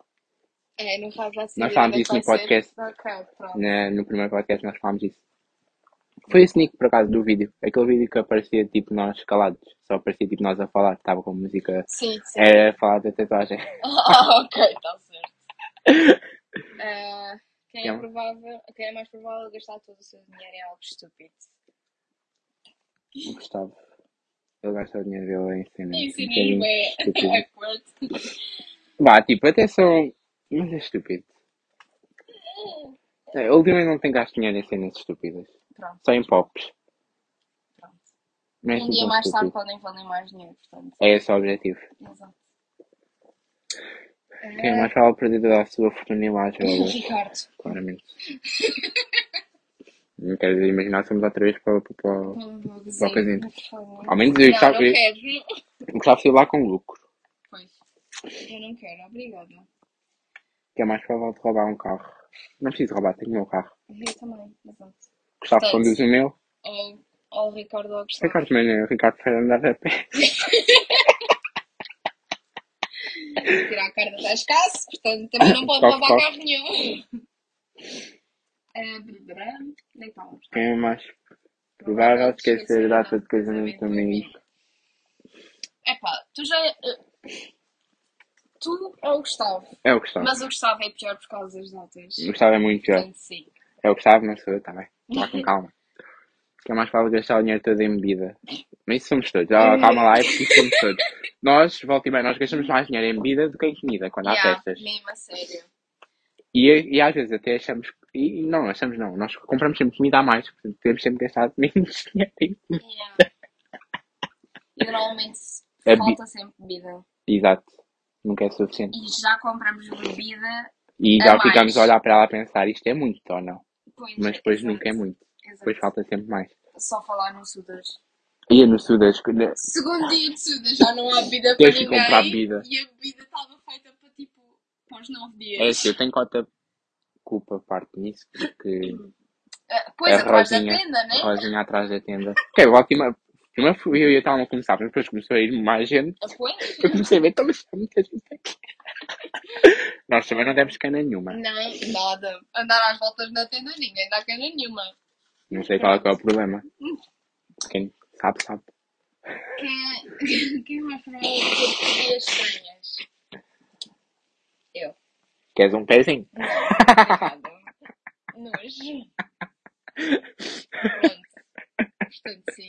Speaker 2: É, não faz assim.
Speaker 1: Nós falámos isso no podcast.
Speaker 2: Ok, pronto.
Speaker 1: Na- no primeiro podcast nós falámos disso. Foi o sneak, por acaso, do vídeo. Aquele vídeo que aparecia tipo nós calados. Só aparecia tipo nós a falar. Estava com música.
Speaker 2: Sim, sim.
Speaker 1: Era a falar da tatuagem.
Speaker 2: Ah, ok, está certo. Ah, quem, é
Speaker 1: Quem?
Speaker 2: provável, quem é mais provável gastar todo o seu dinheiro em algo estúpido?
Speaker 1: É, O Gustavo. Ele gasta o dinheiro dele em cenas.
Speaker 2: Isso
Speaker 1: um
Speaker 2: mesmo
Speaker 1: bocadinho
Speaker 2: é
Speaker 1: estúpidas.
Speaker 2: awkward.
Speaker 1: Bah, tipo, até são. Mas é estúpido. É, Ele também não tem gasto dinheiro em cenas estúpidas.
Speaker 2: Pronto,
Speaker 1: Só em pops.
Speaker 2: pronto.
Speaker 1: Não é
Speaker 2: Um
Speaker 1: assim
Speaker 2: dia
Speaker 1: tão
Speaker 2: mais tarde
Speaker 1: estúpido.
Speaker 2: podem valer mais dinheiro, portanto.
Speaker 1: É esse o objetivo.
Speaker 2: Exato.
Speaker 1: Quem é mais fala perder toda a sua fortuna em laje é o
Speaker 2: Ah,
Speaker 1: Lula,
Speaker 2: Ricardo,
Speaker 1: claramente. Não quero imaginar se somos outra vez para, para, para...
Speaker 2: não vou dizer,
Speaker 1: Só que a gente-
Speaker 2: por favor.
Speaker 1: Ao menos eu
Speaker 2: Não,
Speaker 1: gostava,
Speaker 2: não
Speaker 1: eu
Speaker 2: quero.
Speaker 1: gostava de ser lá com lucro.
Speaker 2: Pois. Eu não quero, obrigada.
Speaker 1: Que é mais provável de roubar um carro. Não preciso roubar, tenho o meu carro.
Speaker 2: Eu também, exato.
Speaker 1: Gustavo
Speaker 2: Portanto.
Speaker 1: conduz o meu.
Speaker 2: Ou, ou Ricardo ou Gustavo.
Speaker 1: Ricardo também não. Ricardo prefere andar a pé.
Speaker 2: tirar a carta das casas, portanto também não pode
Speaker 1: Cof,
Speaker 2: roubar
Speaker 1: cof.
Speaker 2: carro nenhum. É, beberá, nem palmas.
Speaker 1: Quem é mais provável de esquecer a data de casamento do amigo?
Speaker 2: Epá, tu já. eh, Tu é o Gustavo,
Speaker 1: É o Gustavo.
Speaker 2: mas o Gustavo é pior por causa das notas.
Speaker 1: O Gustavo é muito pior.
Speaker 2: Portanto, sim.
Speaker 1: É o Gustavo, não sou eu também. Vá com calma. Que é mais fácil gastar o dinheiro todo em bebida. Mas isso somos todos. Ah, calma lá, é porque isso somos todos. Nós, volta e bem, nós gastamos mais dinheiro em bebida do que em comida, quando há
Speaker 2: Yeah,
Speaker 1: Tá festas.
Speaker 2: mesmo a sério.
Speaker 1: E, e às vezes até achamos. E, e não, achamos não. Nós compramos sempre comida a mais, portanto temos sempre gastado menos dinheiro em comida.
Speaker 2: Yeah. E Normalmente
Speaker 1: É
Speaker 2: falta sempre bebida.
Speaker 1: Exato. Nunca é suficiente.
Speaker 2: E já compramos bebida.
Speaker 1: E
Speaker 2: A
Speaker 1: já
Speaker 2: É mais.
Speaker 1: ficamos a olhar para ela a pensar, isto é muito ou não?
Speaker 2: Pois,
Speaker 1: Mas depois
Speaker 2: exato,
Speaker 1: nunca é muito.
Speaker 2: exato.
Speaker 1: Depois falta sempre mais.
Speaker 2: Só falar no sudor.
Speaker 1: E eu no sul né? das. na-
Speaker 2: Segundo dia de Suda, já não há bebida para
Speaker 1: Tens que
Speaker 2: ninguém.
Speaker 1: comprar bebida.
Speaker 2: E a bebida estava feita para tipo, para os nove
Speaker 1: É
Speaker 2: dias.
Speaker 1: assim, eu tenho cota culpa parte nisso, porque
Speaker 2: Ah,
Speaker 1: é
Speaker 2: Pois,
Speaker 1: a
Speaker 2: atrás da
Speaker 1: Rosinha,
Speaker 2: tenda, né?
Speaker 1: a Rosinha atrás da tenda. Ok, logo primeiro, primeiro fui eu e a tal não começava, mas depois começou a ir mais gente.
Speaker 2: Ah, Pois?
Speaker 1: Eu comecei a ver, então, mas há muita gente aqui. Nós também não demos cana nenhuma.
Speaker 2: Não, nada. Andar às voltas na tenda, ninguém dá cana nenhuma.
Speaker 1: Não sei qual é, que é o problema. Quem sabe, sabe.
Speaker 2: Quem, é, quem vai falar de porcarias estranhas? Eu.
Speaker 1: Queres um pezinho?
Speaker 2: Obrigada. Nojo. Pronto. Portanto, sim.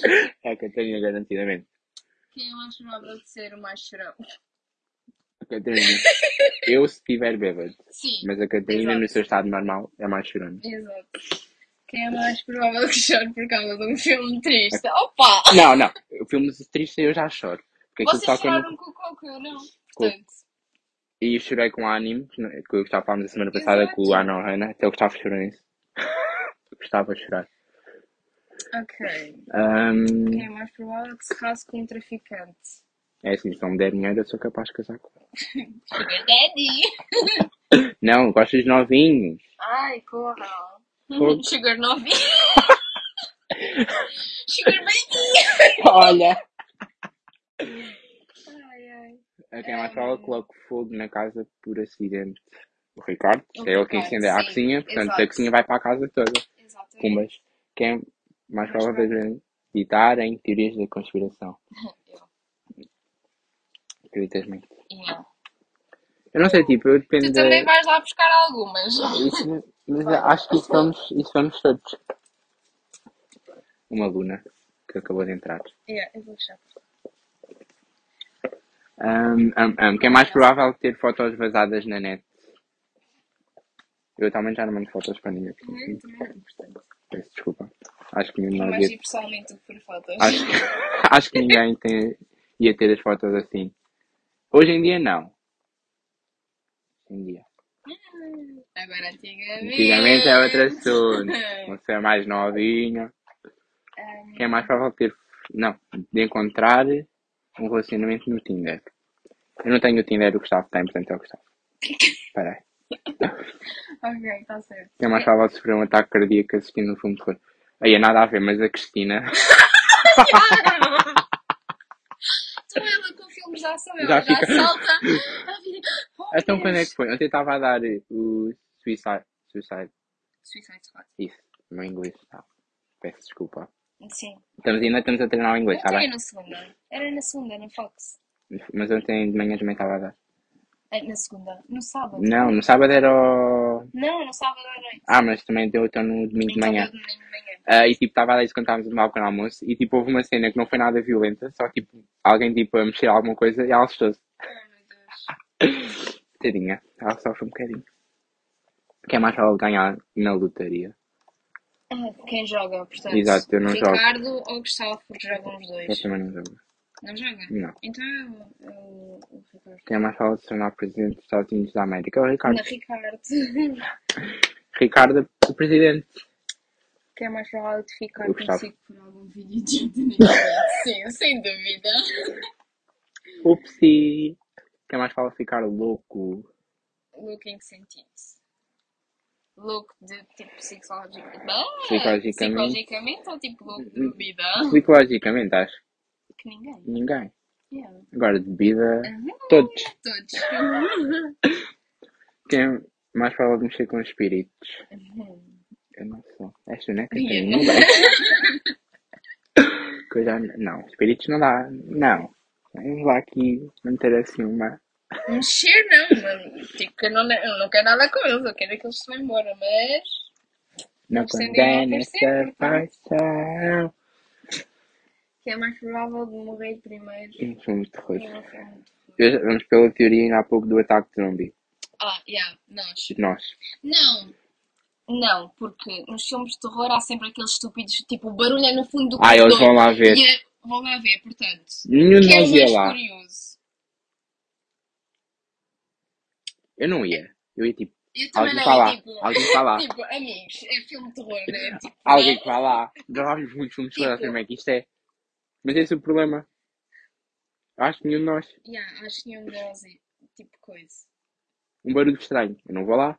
Speaker 2: Yeah.
Speaker 1: É a Catarina, garantidamente.
Speaker 2: Quem é mais provável de ser o mais chorão?
Speaker 1: A Catarina. Eu, se estiver bêbado.
Speaker 2: Sim.
Speaker 1: Mas a Catarina, no
Speaker 2: Exato.
Speaker 1: seu estado normal, é mais chorona.
Speaker 2: Exato. Quem é mais provável que chore por causa de um filme triste? Opa!
Speaker 1: Não, não. Filmes tristes eu já choro. Porque tá aquilo
Speaker 2: Vocês
Speaker 1: toca no
Speaker 2: choraram com o Coco, eu não. Portanto,
Speaker 1: E chorei com o anime, que eu Gustavo falámos a semana passada com o
Speaker 2: Exato.
Speaker 1: Ana Hanna, até eu gostava de chorar nisso. Eu gostava de chorar.
Speaker 2: ok.
Speaker 1: Ahm,
Speaker 2: Quem é mais provável que se case com um traficante?
Speaker 1: é assim, se não me der dinheiro, eu sou capaz de casar com ela.
Speaker 2: Sugar Daddy!
Speaker 1: Não, gosto dos novinhos.
Speaker 2: Ai, porra!
Speaker 1: Fogo.
Speaker 2: Sugar novinho! Sugar baby!
Speaker 1: Olha!
Speaker 2: Ai, ai.
Speaker 1: A quem mais fala, coloco fogo na casa por acidente. o Ricardo,
Speaker 2: O
Speaker 1: é ele que
Speaker 2: Ricardo,
Speaker 1: incende a
Speaker 2: sim,
Speaker 1: cozinha, portanto a
Speaker 2: exato.
Speaker 1: cozinha vai para a casa toda.
Speaker 2: Exatamente.
Speaker 1: Cumbas, quem é mais
Speaker 2: Mais
Speaker 1: provável de acreditar em teorias da conspiração?
Speaker 2: Eu.
Speaker 1: Acreditas muito.
Speaker 2: Yeah.
Speaker 1: Eu não sei, tipo, eu dependo
Speaker 2: Tu também
Speaker 1: da.
Speaker 2: vais lá buscar algumas.
Speaker 1: Isso, mas
Speaker 2: Olha.
Speaker 1: acho que isso vamos, isso vamos todos. Uma aluna que acabou de entrar.
Speaker 2: Yeah, eu vou deixar.
Speaker 1: Ahm, ahm, ahm, que é mais provável ter fotos vazadas na net? Eu também já não mando fotos para ninguém.
Speaker 2: Também, também é importante. é assim.
Speaker 1: Peço desculpa. Acho que ninguém
Speaker 2: Mas
Speaker 1: ia-
Speaker 2: ir pessoalmente do que por fotos.
Speaker 1: acho, que- acho que ninguém tem- ia ter as fotos assim. Hoje em dia não. Hoje em dia.
Speaker 2: Agora antigamente.
Speaker 1: Antigamente era outra assunto. Você é mais novinho.
Speaker 2: Ahm,
Speaker 1: É mais provável ter. Não, de encontrar um relacionamento no Tinder. Eu não tenho o Tinder, o Gustavo tem, portanto é o Gustavo. Espera aí.
Speaker 2: ok, está certo.
Speaker 1: É mais provável de sofrer um ataque cardíaco assistindo um filme de terror. Aí é nada a ver, mas a Cristina.
Speaker 2: Então ela com filmes de ação,
Speaker 1: Já
Speaker 2: ela já
Speaker 1: fica-
Speaker 2: salta. Ela fica, Oh,
Speaker 1: Então
Speaker 2: meu
Speaker 1: quando é
Speaker 2: Deus.
Speaker 1: que foi? Ontem estava a dar eh, o Suicide. Suicide.
Speaker 2: Suicide Squad.
Speaker 1: Isso, no meu inglês. tá. Peço desculpa.
Speaker 2: Sim.
Speaker 1: Estamos, ainda estamos a treinar o inglês, está
Speaker 2: Ontem era
Speaker 1: bem?
Speaker 2: na segunda. Era na segunda, na Fox.
Speaker 1: Mas ontem de manhã também estava a dar.
Speaker 2: Ah, Na segunda. No sábado.
Speaker 1: Não, no sábado era o.
Speaker 2: Não, no sábado à noite.
Speaker 1: Ah, mas também deu então no domingo de
Speaker 2: Então
Speaker 1: manhã.
Speaker 2: eu de manhã.
Speaker 1: Ah, e tipo, estava a dar isso quando estávamos no balcão de almoço. E tipo, houve uma cena que não foi nada violenta, só tipo, alguém tipo a mexer alguma coisa e ela assustou-se.
Speaker 2: Oh, meu Deus.
Speaker 1: Tadinha, ela sofre um bocadinho. Quem é mais provável de ganhar na lotaria?
Speaker 2: Ah, Quem joga, portanto?
Speaker 1: Exato, eu não jogo.
Speaker 2: Ricardo ou Gustavo jogam os dois?
Speaker 1: Eu também não jogo.
Speaker 2: Não joga?
Speaker 1: Não.
Speaker 2: Então eu, eu, o Ricardo.
Speaker 1: Quem é mais provável de se tornar presidente dos Estados Unidos da América? É o Ricardo.
Speaker 2: Não, Ricardo.
Speaker 1: Ricardo, o presidente.
Speaker 2: Quem é mais provável de ficar
Speaker 1: O Gustavo.
Speaker 2: consigo por algum vídeo de entretenimento? Sim, sem dúvida.
Speaker 1: Upsi. Quem é mais provável de ficar louco?
Speaker 2: Louco em que sentido? Louco de tipo psicologicamente? Bem,
Speaker 1: Psicologicamente.
Speaker 2: Psicologicamente ou tipo louco de bebida?
Speaker 1: Psicologicamente, acho
Speaker 2: Que ninguém.
Speaker 1: que ninguém.
Speaker 2: Yeah.
Speaker 1: Agora, de bebida,
Speaker 2: Uhum.
Speaker 1: todos.
Speaker 2: Todos.
Speaker 1: Quem é mais provável de mexer com espíritos?
Speaker 2: É.
Speaker 1: Eu não sou. És tu, né? Catarina? Não dá. Que eu já... Não, espíritos não dá. Não. Vamos lá aqui meter assim uma...
Speaker 2: Mexer não, mano. Tipo, que eu não, eu não quero nada com eles, eu quero que eles se vão embora, mas.
Speaker 1: Não
Speaker 2: Não pretendem
Speaker 1: condena
Speaker 2: aparecer,
Speaker 1: essa
Speaker 2: portanto.
Speaker 1: é paixão.
Speaker 2: Que é mais provável de morrer primeiro
Speaker 1: Um filme de terror.
Speaker 2: em um filme de terror.
Speaker 1: Eu já- Vamos pela teoria ainda há pouco do ataque de zumbi.
Speaker 2: Ah, yeah, nós.
Speaker 1: Nós.
Speaker 2: Não, não, porque nos filmes de terror há sempre aqueles estúpidos, tipo, o barulho é no fundo do
Speaker 1: Ah, eles vão lá ver.
Speaker 2: E é, vão lá ver, portanto.
Speaker 1: Nenhum de
Speaker 2: que é o
Speaker 1: nós ia
Speaker 2: mais
Speaker 1: lá.
Speaker 2: curioso.
Speaker 1: Eu não ia. Eu ia tipo...
Speaker 2: Eu também
Speaker 1: Alguém
Speaker 2: não
Speaker 1: está lá.
Speaker 2: é tipo.
Speaker 1: Alguém está lá.
Speaker 2: Tipo, amigos, é filme de terror, né? Tipo,
Speaker 1: Alguém que
Speaker 2: né?
Speaker 1: vai lá. Gravámos muitos filmes de terror.
Speaker 2: Tipo-
Speaker 1: Como é que isto é? Mas esse é o problema. Acho que nenhum de nós.
Speaker 2: Yeah, acho que nenhum deles é tipo coisa.
Speaker 1: um barulho estranho. Eu não vou lá.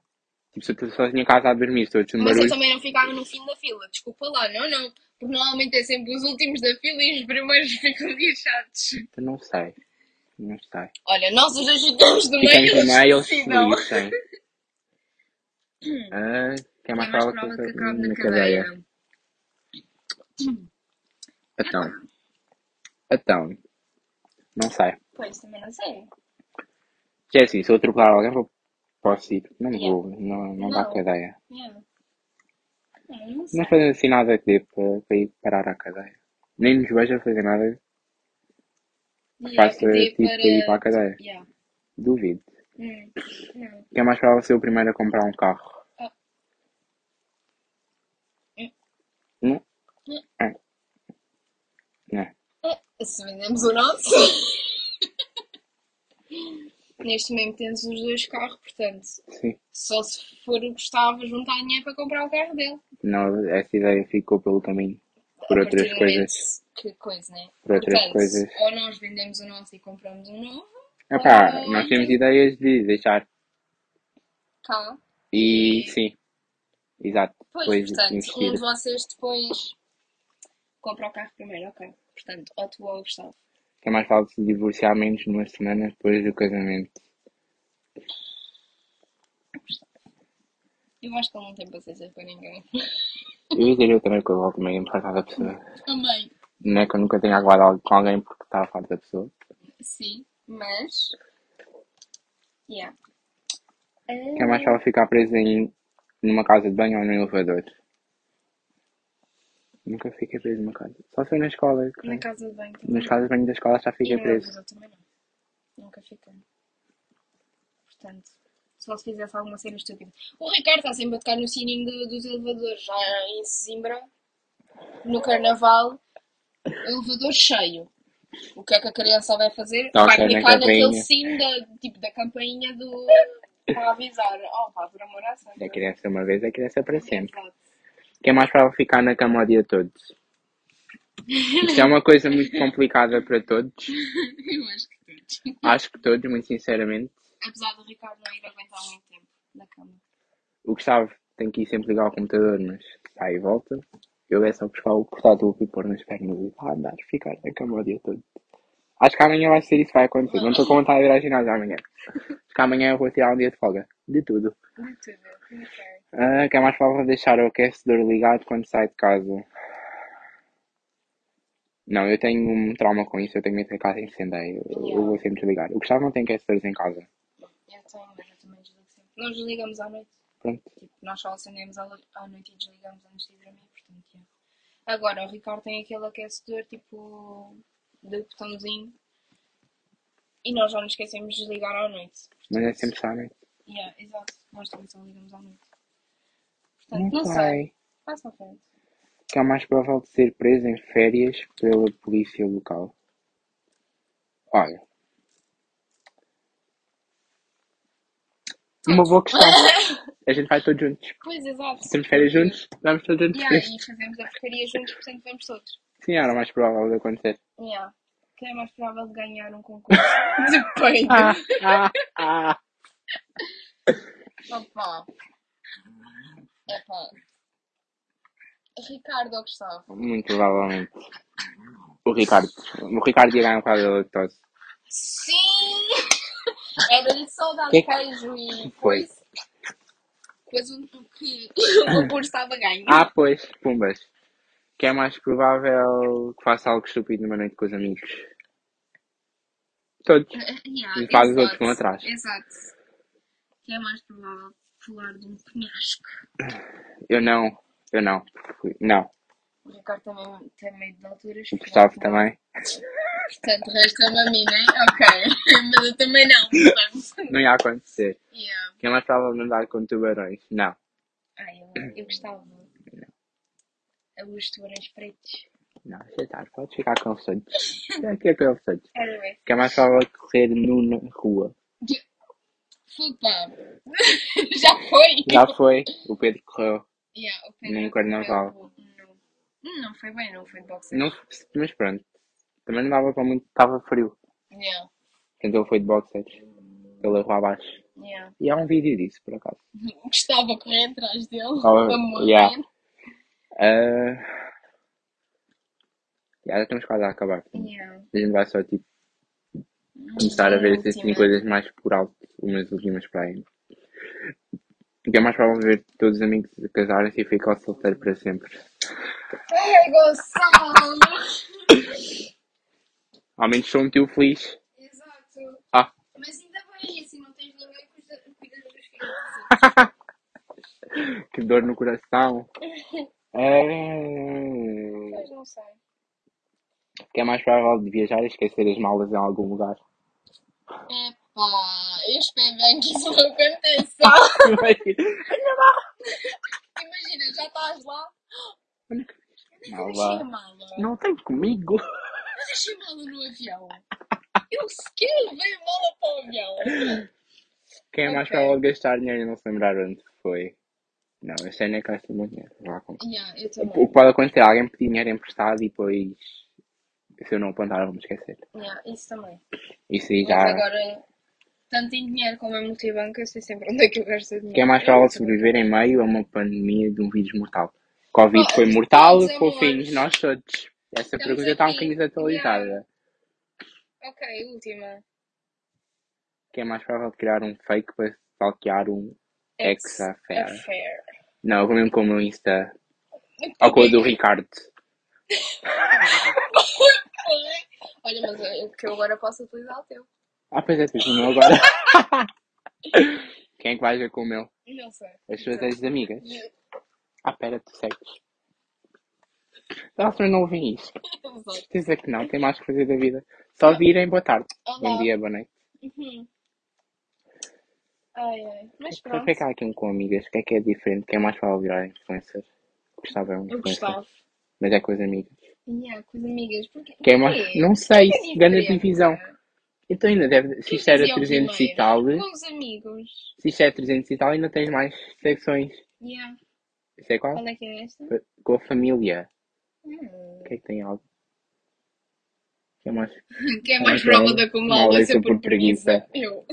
Speaker 1: Tipo, se eu estou sozinho em casa a dormir, estou a ouvir um
Speaker 2: Mas eu
Speaker 1: barulho.
Speaker 2: também não ficava no fim da fila, desculpa lá, não, não. Porque normalmente é sempre os últimos da fila e os primeiros ficam guinchados.
Speaker 1: Eu não sei. Eu Não sei.
Speaker 2: Olha, nós os dois ficamos do meio
Speaker 1: Ficamos
Speaker 2: e
Speaker 1: no meio, eles
Speaker 2: decidam.
Speaker 1: explicam. Ah, que é
Speaker 2: É
Speaker 1: mais
Speaker 2: mais
Speaker 1: provável que
Speaker 2: provável que
Speaker 1: eu
Speaker 2: acabe
Speaker 1: na
Speaker 2: na
Speaker 1: cadeia.
Speaker 2: cadeia.
Speaker 1: Então. Então. Não sei.
Speaker 2: Pois, também não sei.
Speaker 1: Que é assim, se eu atropelar alguém, vou... posso ir. Não
Speaker 2: Yeah.
Speaker 1: vou. Não, não dá
Speaker 2: Não.
Speaker 1: cadeia.
Speaker 2: Yeah. Não, não sei.
Speaker 1: Não fazendo assim nada que dê para, para ir parar à cadeia. Nem nos vejo a fazer nada que
Speaker 2: Yeah,
Speaker 1: faça
Speaker 2: que dê
Speaker 1: tipo para... ir para a
Speaker 2: para.
Speaker 1: cadeia.
Speaker 2: é- Yeah.
Speaker 1: Duvido.
Speaker 2: Hum, não.
Speaker 1: Que é mais provável ser o primeiro a comprar um carro.
Speaker 2: Ah. Hum.
Speaker 1: Não?
Speaker 2: Hum.
Speaker 1: Ah. Não.
Speaker 2: Ah, Se vendemos o nosso. Neste momento tens os dois carros, portanto.
Speaker 1: Sim.
Speaker 2: Só se for o Gustavo juntar dinheiro para comprar o carro dele.
Speaker 1: Não, essa ideia ficou pelo caminho. Por
Speaker 2: A
Speaker 1: outras
Speaker 2: partir do
Speaker 1: coisas.
Speaker 2: momento Que coisa, né?
Speaker 1: Por outras
Speaker 2: Portanto,
Speaker 1: coisas.
Speaker 2: ou nós vendemos o nosso e compramos um novo,
Speaker 1: Epá,
Speaker 2: Oi.
Speaker 1: nós temos ideias de deixar.
Speaker 2: cá.
Speaker 1: E
Speaker 2: E-
Speaker 1: sim. Exato.
Speaker 2: Pois,
Speaker 1: Depois
Speaker 2: portanto, um
Speaker 1: investir.
Speaker 2: de vocês depois compra o carro primeiro, ok. Portanto, ou tu ou o Gustavo.
Speaker 1: Que é mais fácil se divorciar menos de uma semana depois do casamento.
Speaker 2: Eu acho que ele não tem paciência para ninguém.
Speaker 1: Eu ia dizer eu também, porque eu volto meio afastado da pessoa.
Speaker 2: Também.
Speaker 1: Não é que eu nunca tenha aguado algo com alguém porque estava farto da pessoa.
Speaker 2: Sim, mas. Yeah.
Speaker 1: É mais
Speaker 2: Ah,
Speaker 1: ela ficar presa em numa casa de banho ou num elevador. Nunca fiquei preso numa casa. Só se for na escola,
Speaker 2: na
Speaker 1: creio.
Speaker 2: casa de banho também
Speaker 1: Nas
Speaker 2: não.
Speaker 1: casas de banho da escola já
Speaker 2: E
Speaker 1: fiquei
Speaker 2: no
Speaker 1: preso.
Speaker 2: elevador também não. Nunca fiquei. Portanto, só se fizesse alguma cena estúpida. O Ricardo está sempre a tocar no sininho do- dos elevadores. Já em Sesimbra, no carnaval, elevador cheio. O que é que a criança vai fazer? Vai
Speaker 1: Toca na
Speaker 2: clicar naquele
Speaker 1: campainha
Speaker 2: sino da, tipo, da campainha do... para avisar. Oh, pá, por amor à
Speaker 1: da
Speaker 2: santa.
Speaker 1: criança uma vez, é criança para sempre.
Speaker 2: Exato.
Speaker 1: Que é mais para ela ficar na cama o dia todo. Isto é uma coisa muito complicada para todos.
Speaker 2: Eu acho que todos.
Speaker 1: Acho que todos, muito sinceramente.
Speaker 2: Apesar do Ricardo não ir aguentar muito tempo na cama.
Speaker 1: O Gustavo tem que ir sempre ligar ao computador, mas sai e volta. Eu é só buscar o portátil e pôr nas pernas e lá andar, ficar na cama o dia todo. Acho que amanhã vai ser isso que vai acontecer. Não estou com vontade de ir ao ginásio amanhã. Acho que amanhã eu vou tirar um dia de folga. De tudo.
Speaker 2: De tudo. Ok.
Speaker 1: Ah, que é mais fácil deixar o aquecedor ligado quando sai de casa. Não, eu tenho um trauma com isso. Eu tenho medo que a casa incendeie. Eu, eu
Speaker 2: Yeah.
Speaker 1: vou sempre desligar. O Gustavo não tem aquecedores em casa.
Speaker 2: Eu tenho, mas eu também desligo sempre. Nós desligamos à noite.
Speaker 1: Pronto.
Speaker 2: Tipo, nós só acendemos à lo- à noite e desligamos antes de ir dormir, portanto, yeah. Agora, o Ricardo tem aquele aquecedor, tipo, de botãozinho, e nós já nos esquecemos de desligar à noite.
Speaker 1: Mas é
Speaker 2: Portanto,
Speaker 1: sempre sabe.
Speaker 2: yeah, exato. Nós também só ligamos à noite. Portanto,
Speaker 1: Muito
Speaker 2: não sei.
Speaker 1: bem.
Speaker 2: Passa à frente.
Speaker 1: Que é mais provável de ser preso em férias pela polícia local. Olha, uma boa questão. A gente vai todos juntos.
Speaker 2: Pois, exato.
Speaker 1: Temos férias juntos, vamos todos juntos
Speaker 2: Yeah,
Speaker 1: presos.
Speaker 2: e fazemos a porcaria juntos, portanto, vamos todos.
Speaker 1: Sim, era o mais provável de acontecer.
Speaker 2: Yeah. Quem é mais provável de ganhar um concurso de peido?
Speaker 1: Ah, ah, ah.
Speaker 2: Opa, epá. Ricardo ou Gustavo?
Speaker 1: Muito provavelmente. O Ricardo. O Ricardo ia ganhar um quadro de lactose.
Speaker 2: Sim! Era-lhe só dar
Speaker 1: Que é que
Speaker 2: queijo e
Speaker 1: foi?
Speaker 2: coisa, coisa que um o concurso estava ganho.
Speaker 1: Ah, pois, pumbas. Que é mais provável que faça algo estúpido numa noite com os amigos. Todos.
Speaker 2: Yeah,
Speaker 1: E faz os outros
Speaker 2: exato,
Speaker 1: vão atrás.
Speaker 2: exato. Que é mais provável pular de um penhasco.
Speaker 1: Eu não. Eu não. Fui- Não.
Speaker 2: O Ricardo também tem medo de alturas,
Speaker 1: O
Speaker 2: portanto,
Speaker 1: Gustavo
Speaker 2: não.
Speaker 1: também.
Speaker 2: Portanto, resta-me a mim, né? Ok. Mas eu também não, portanto.
Speaker 1: Não ia acontecer.
Speaker 2: Yeah.
Speaker 1: Quem é mais provável de andar com tubarões? Não.
Speaker 2: Ai, Ah, eu, eu gostava. Os tubarões pretos.
Speaker 1: Não, já está. Podes ficar com os outros. Já que é com os outros.
Speaker 2: Anyway.
Speaker 1: Que é mais provável de correr nu na rua.
Speaker 2: Opa! Já foi!
Speaker 1: Já foi. O Pedro correu
Speaker 2: Yeah, o
Speaker 1: num
Speaker 2: Pedro correu
Speaker 1: carnaval.
Speaker 2: no... Não foi bem, não foi de
Speaker 1: Não,
Speaker 2: boxers.
Speaker 1: mas pronto. Também não dava para muito. Estava frio.
Speaker 2: Yeah,
Speaker 1: Então ele foi de boxers. Pela rua abaixo.
Speaker 2: yeah.
Speaker 1: E há um vídeo disso, por acaso.
Speaker 2: Gostava de correr atrás dele
Speaker 1: Oh,
Speaker 2: para
Speaker 1: yeah.
Speaker 2: morrer.
Speaker 1: Uh, yeah, já estamos quase a acabar. portanto.
Speaker 2: Yeah.
Speaker 1: A gente vai só tipo,
Speaker 2: Vamos
Speaker 1: começar
Speaker 2: dar
Speaker 1: a
Speaker 2: a
Speaker 1: ver essas assim,
Speaker 2: última.
Speaker 1: coisas mais por alto, umas últimas para aí. Porque é mais provável ver todos os amigos casarem-se e ficar solteiro para sempre.
Speaker 2: Ai, é Gonçalo!
Speaker 1: Ao menos sou um tio feliz.
Speaker 2: Exato.
Speaker 1: Ah,
Speaker 2: Mas ainda bem, assim, não tens ninguém que cuida cuida dos teus filhos.
Speaker 1: que dor no coração. É...
Speaker 2: Pois não sei.
Speaker 1: Que é mais provável de viajar e esquecer as malas em algum lugar.
Speaker 2: Epá, eu espero bem que isso não aconteça. Imagina, já estás lá. Onde é que eu deixei a
Speaker 1: Mala.
Speaker 2: mala?
Speaker 1: Não tem comigo.
Speaker 2: Eu deixei mala no avião. Eu sequer levei mala para o avião.
Speaker 1: Quem é mais
Speaker 2: Ok.
Speaker 1: provável de gastar dinheiro e não se lembrar onde foi? Não, eu sei nem que gasta muito dinheiro. Vá com-
Speaker 2: Yeah, eu
Speaker 1: O
Speaker 2: também.
Speaker 1: que pode acontecer é alguém pedir dinheiro emprestado e depois, se eu não apontar, eu vou me esquecer.
Speaker 2: Yeah, isso também.
Speaker 1: Isso aí
Speaker 2: Mas
Speaker 1: já.
Speaker 2: agora, tanto em dinheiro como em multibanco, eu sei sempre onde é que eu gasto o
Speaker 1: Quem é
Speaker 2: dinheiro.
Speaker 1: mais
Speaker 2: Eu
Speaker 1: provável de
Speaker 2: também.
Speaker 1: sobreviver em meio a uma pandemia de um vírus mortal? Covid foi
Speaker 2: Oh,
Speaker 1: mortal,
Speaker 2: todos
Speaker 1: fofinhos,
Speaker 2: amores.
Speaker 1: nós todos. Essa
Speaker 2: Estamos
Speaker 1: pergunta está um
Speaker 2: aqui.
Speaker 1: bocadinho
Speaker 2: Yeah.
Speaker 1: desatualizada.
Speaker 2: Ok, última.
Speaker 1: Quem é mais provável de criar um fake para stalkear um Ex Affair.
Speaker 2: Affair.
Speaker 1: Não, eu mesmo com o meu Insta. Ou com o do Ricardo.
Speaker 2: Olha, mas eu, que eu agora posso utilizar é o teu.
Speaker 1: Ah, pois é, tens o meu agora. Quem é que vai ver com o meu?
Speaker 2: Não sei. Então,
Speaker 1: As suas ex-amigas? Ah, pera, tu segues. Elas não ouvem isso.
Speaker 2: Exato.
Speaker 1: Certeza que não, tem mais que fazer da vida. Só virem, boa tarde.
Speaker 2: Olá.
Speaker 1: Bom dia, boa noite.
Speaker 2: Uhum. Ai, ai. Mas
Speaker 1: Para
Speaker 2: pronto.
Speaker 1: que é que há aqui um com amigas? O que é que é diferente? Quem é mais para virar influencer? Gustavo é um
Speaker 2: Eu
Speaker 1: influencer.
Speaker 2: gostava.
Speaker 1: Mas é com as amigas.
Speaker 2: Yeah, com as amigas. Porquê?
Speaker 1: Quem é mais.
Speaker 2: Porquê?
Speaker 1: Não sei,
Speaker 2: Que diferença.
Speaker 1: grande divisão. Então ainda deve. Se
Speaker 2: Quem
Speaker 1: isto era
Speaker 2: fazia o
Speaker 1: 300 e
Speaker 2: primeiro?
Speaker 1: tal.
Speaker 2: Com os amigos.
Speaker 1: Se isto é 300 e tal, ainda tens mais secções.
Speaker 2: Yeah.
Speaker 1: Isso é qual?
Speaker 2: Qual é que é esta?
Speaker 1: Com a família.
Speaker 2: Hum.
Speaker 1: O que é que tem algo? Que é mais.
Speaker 2: Quem é mais
Speaker 1: Ok.
Speaker 2: prova da comal vai
Speaker 1: Maldita
Speaker 2: ser por
Speaker 1: por preguiça.
Speaker 2: preguiça. Eu.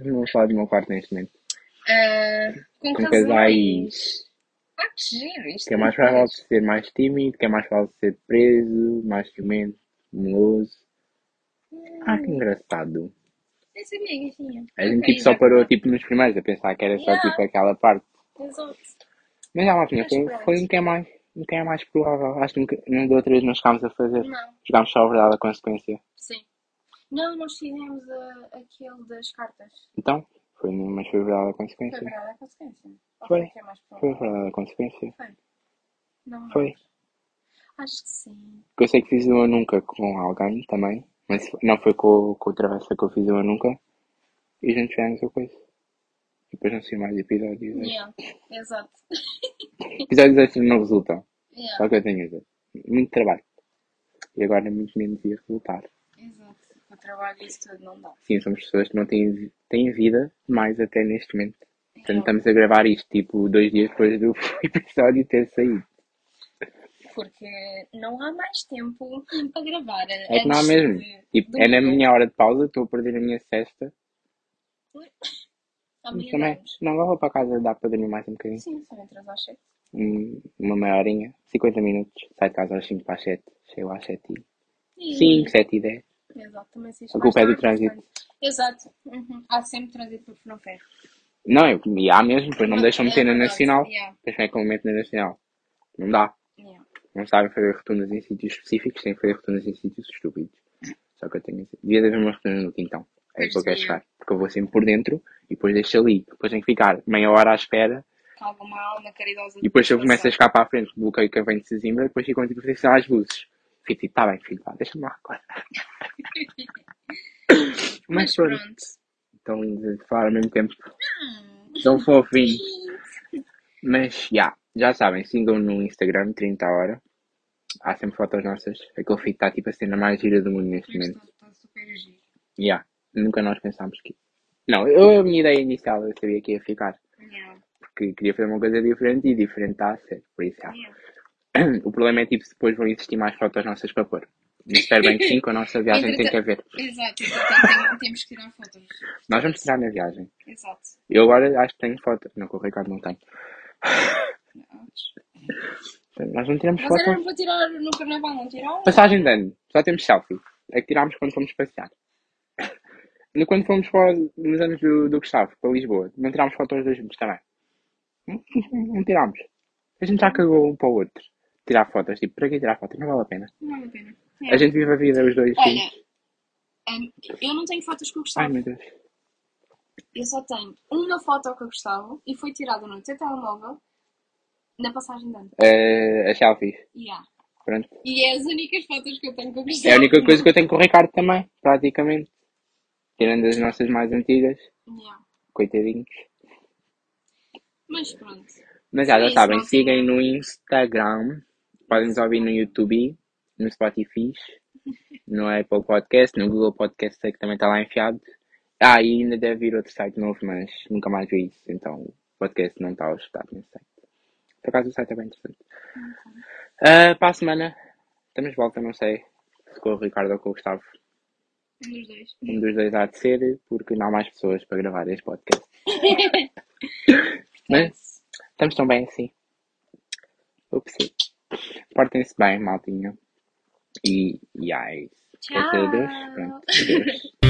Speaker 1: Não vou falar do meu quarto neste momento.
Speaker 2: Ah, com
Speaker 1: Com
Speaker 2: razões.
Speaker 1: casais.
Speaker 2: Ah, que giro isto.
Speaker 1: Quem é mais provável de ser mais tímido, quem é mais provável de ser preso, mais ciumento, moloso. Ah, que engraçado.
Speaker 2: Essa amiga tinha.
Speaker 1: A gente tipo, só parou tipo, nos primeiros a pensar que era só
Speaker 2: Yeah.
Speaker 1: tipo aquela parte.
Speaker 2: Exato.
Speaker 1: Mas já lá tinha,
Speaker 2: Mas
Speaker 1: foi,
Speaker 2: pronto.
Speaker 1: foi um que é mais, um que é mais provável. Acho que nunca- nenhum da outra vez nós chegámos a fazer.
Speaker 2: Não,
Speaker 1: Jogámos só a verdade a consequência.
Speaker 2: sim. Não, nós fizemos ah, aquele das cartas.
Speaker 1: Então, foi, mas foi a verdade a
Speaker 2: Foi
Speaker 1: consequência.
Speaker 2: verdade a consequência. Ou
Speaker 1: Foi.
Speaker 2: foi que é mais
Speaker 1: Foi a
Speaker 2: provável?
Speaker 1: verdade a consequência.
Speaker 2: Não.
Speaker 1: Foi.
Speaker 2: Acho que sim.
Speaker 1: Porque eu sei que fiz uma nunca com alguém também. Mas não foi com, com o travessa que eu fiz uma nunca. E a gente fez a coisa. Depois não sei mais episódios. né?
Speaker 2: Yeah, exato.
Speaker 1: Episódios extras não resultam. Só
Speaker 2: Yeah,
Speaker 1: que eu tenho a dizer. Muito trabalho. E agora é muito menos ia resultar.
Speaker 2: exato. O trabalho e isso tudo não dá.
Speaker 1: Sim, somos pessoas que não têm, vi- têm vida, mais até neste momento. Portanto,
Speaker 2: Não.
Speaker 1: estamos a gravar isto, tipo, dois dias depois do episódio ter saído.
Speaker 2: Porque não há mais tempo para gravar.
Speaker 1: É que não há mesmo. Tipo, é na minha hora de pausa, estou a perder a minha cesta. Mas
Speaker 2: Amanhã
Speaker 1: também,
Speaker 2: vamos.
Speaker 1: não, vou para casa, dá para dormir mais um bocadinho.
Speaker 2: Sim, são entre as às sete.
Speaker 1: Hum, Uma meia horinha, 50 minutos. Sai de casa às 5 para as 7. Chego às 7 e...
Speaker 2: E-
Speaker 1: 5, 7 e 10.
Speaker 2: Exato, também se isto
Speaker 1: A culpa
Speaker 2: mais
Speaker 1: é do
Speaker 2: tarde,
Speaker 1: trânsito.
Speaker 2: portanto- Exato. Uhum. Há sempre trânsito por Fernão Ferro.
Speaker 1: Não, eu, e há mesmo, depois não me deixam
Speaker 2: É
Speaker 1: meter na
Speaker 2: verdade,
Speaker 1: nacional.
Speaker 2: yeah,
Speaker 1: Depois como é que eu me meto na nacional? Não dá.
Speaker 2: yeah.
Speaker 1: Não sabem fazer retornos em sítios específicos, têm que fazer retornos em sítios estúpidos. Só que eu tenho. Devia haver uma retorno no quintão. É isso que eu quero
Speaker 2: Pois
Speaker 1: chegar. Porque eu vou sempre por dentro e depois deixo ali. Depois tenho que ficar meia hora à espera
Speaker 2: Calma uma alma caridosa.
Speaker 1: e depois se eu começo a chegar para a frente, bloqueio que vem de Sesimbra, depois fico tipo a funcionar as luzes. Fico tipo, tá bem, filho, vá, deixa-me lá agora.
Speaker 2: Mas
Speaker 1: Mas
Speaker 2: pronto.
Speaker 1: pronto, tão lindos a falar ao mesmo tempo.
Speaker 2: Hum.
Speaker 1: Tão fofinhos. Mas, já, já sabem, sigam no Instagram, 30 hora. Há sempre fotos nossas. Aquele feed está tipo a cena mais gira do mundo neste
Speaker 2: Mas
Speaker 1: momento.
Speaker 2: está- está super giro.
Speaker 1: Yeah. Nunca nós pensámos que. Não, eu, a minha ideia inicial eu sabia que ia ficar.
Speaker 2: Yeah,
Speaker 1: Porque queria fazer uma coisa diferente e diferente está a ser. Por isso, já.
Speaker 2: yeah.
Speaker 1: O problema é tipo se depois vão existir mais fotos nossas para pôr. E espero bem que sim, com a nossa viagem tem que haver.
Speaker 2: Exato, então tem- temos que tirar fotos.
Speaker 1: Nós vamos tirar na viagem.
Speaker 2: Exato.
Speaker 1: Eu agora acho que tenho foto. Não, com o Ricardo não tem.
Speaker 2: Antes.
Speaker 1: Nós não tiramos
Speaker 2: Mas
Speaker 1: fotos.
Speaker 2: era para tirar no carnaval, não tiraram?
Speaker 1: Passagem de ano. Só temos selfie. É que tirámos quando fomos passear. No- Quando fomos para, nos anos do, do Gustavo, para Lisboa, não tirámos fotos dos dois juntos também. Não, não tirámos. A gente já cagou um para o outro. Tirar fotos, tipo, para que tirar fotos? Não vale a pena.
Speaker 2: Não vale a pena.
Speaker 1: A gente vive a vida os dois.
Speaker 2: Olha,
Speaker 1: juntos.
Speaker 2: hum, eu não tenho fotos com o
Speaker 1: Ai
Speaker 2: Gustavo.
Speaker 1: meu Deus.
Speaker 2: Eu só tenho uma foto com o Gustavo e foi tirada no teu telemóvel na passagem de ano.
Speaker 1: Eh, as selfies.
Speaker 2: Yeah.
Speaker 1: Pronto.
Speaker 2: E é as únicas fotos que eu tenho com o
Speaker 1: É
Speaker 2: Gustavo.
Speaker 1: a única coisa que eu tenho com o Ricardo também, praticamente. Tirando as nossas mais antigas.
Speaker 2: Yeah.
Speaker 1: Coitadinhos.
Speaker 2: Mas pronto.
Speaker 1: Mas já, já
Speaker 2: Isso,
Speaker 1: sabem,
Speaker 2: maltinha.
Speaker 1: sigam no Instagram, podem nos ouvir no YouTube, no Spotify, no Apple Podcast, no Google Podcast, sei que também está lá enfiado. Ah, e ainda deve vir outro site novo, mas nunca mais vi isso, então o podcast não está hospedado nesse site. Por acaso o site é bem interessante. Ah, para a semana, estamos de volta, não sei se com o Ricardo ou com o Gustavo,
Speaker 2: Um dos dois.
Speaker 1: um dos dois há de ser, porque não há mais pessoas para gravar este podcast. Mas Estamos tão bem assim. Ups. Portem-se bem, maltinha. E, e ai.
Speaker 2: Tchau.
Speaker 1: Adeus. Pronto. Adeus.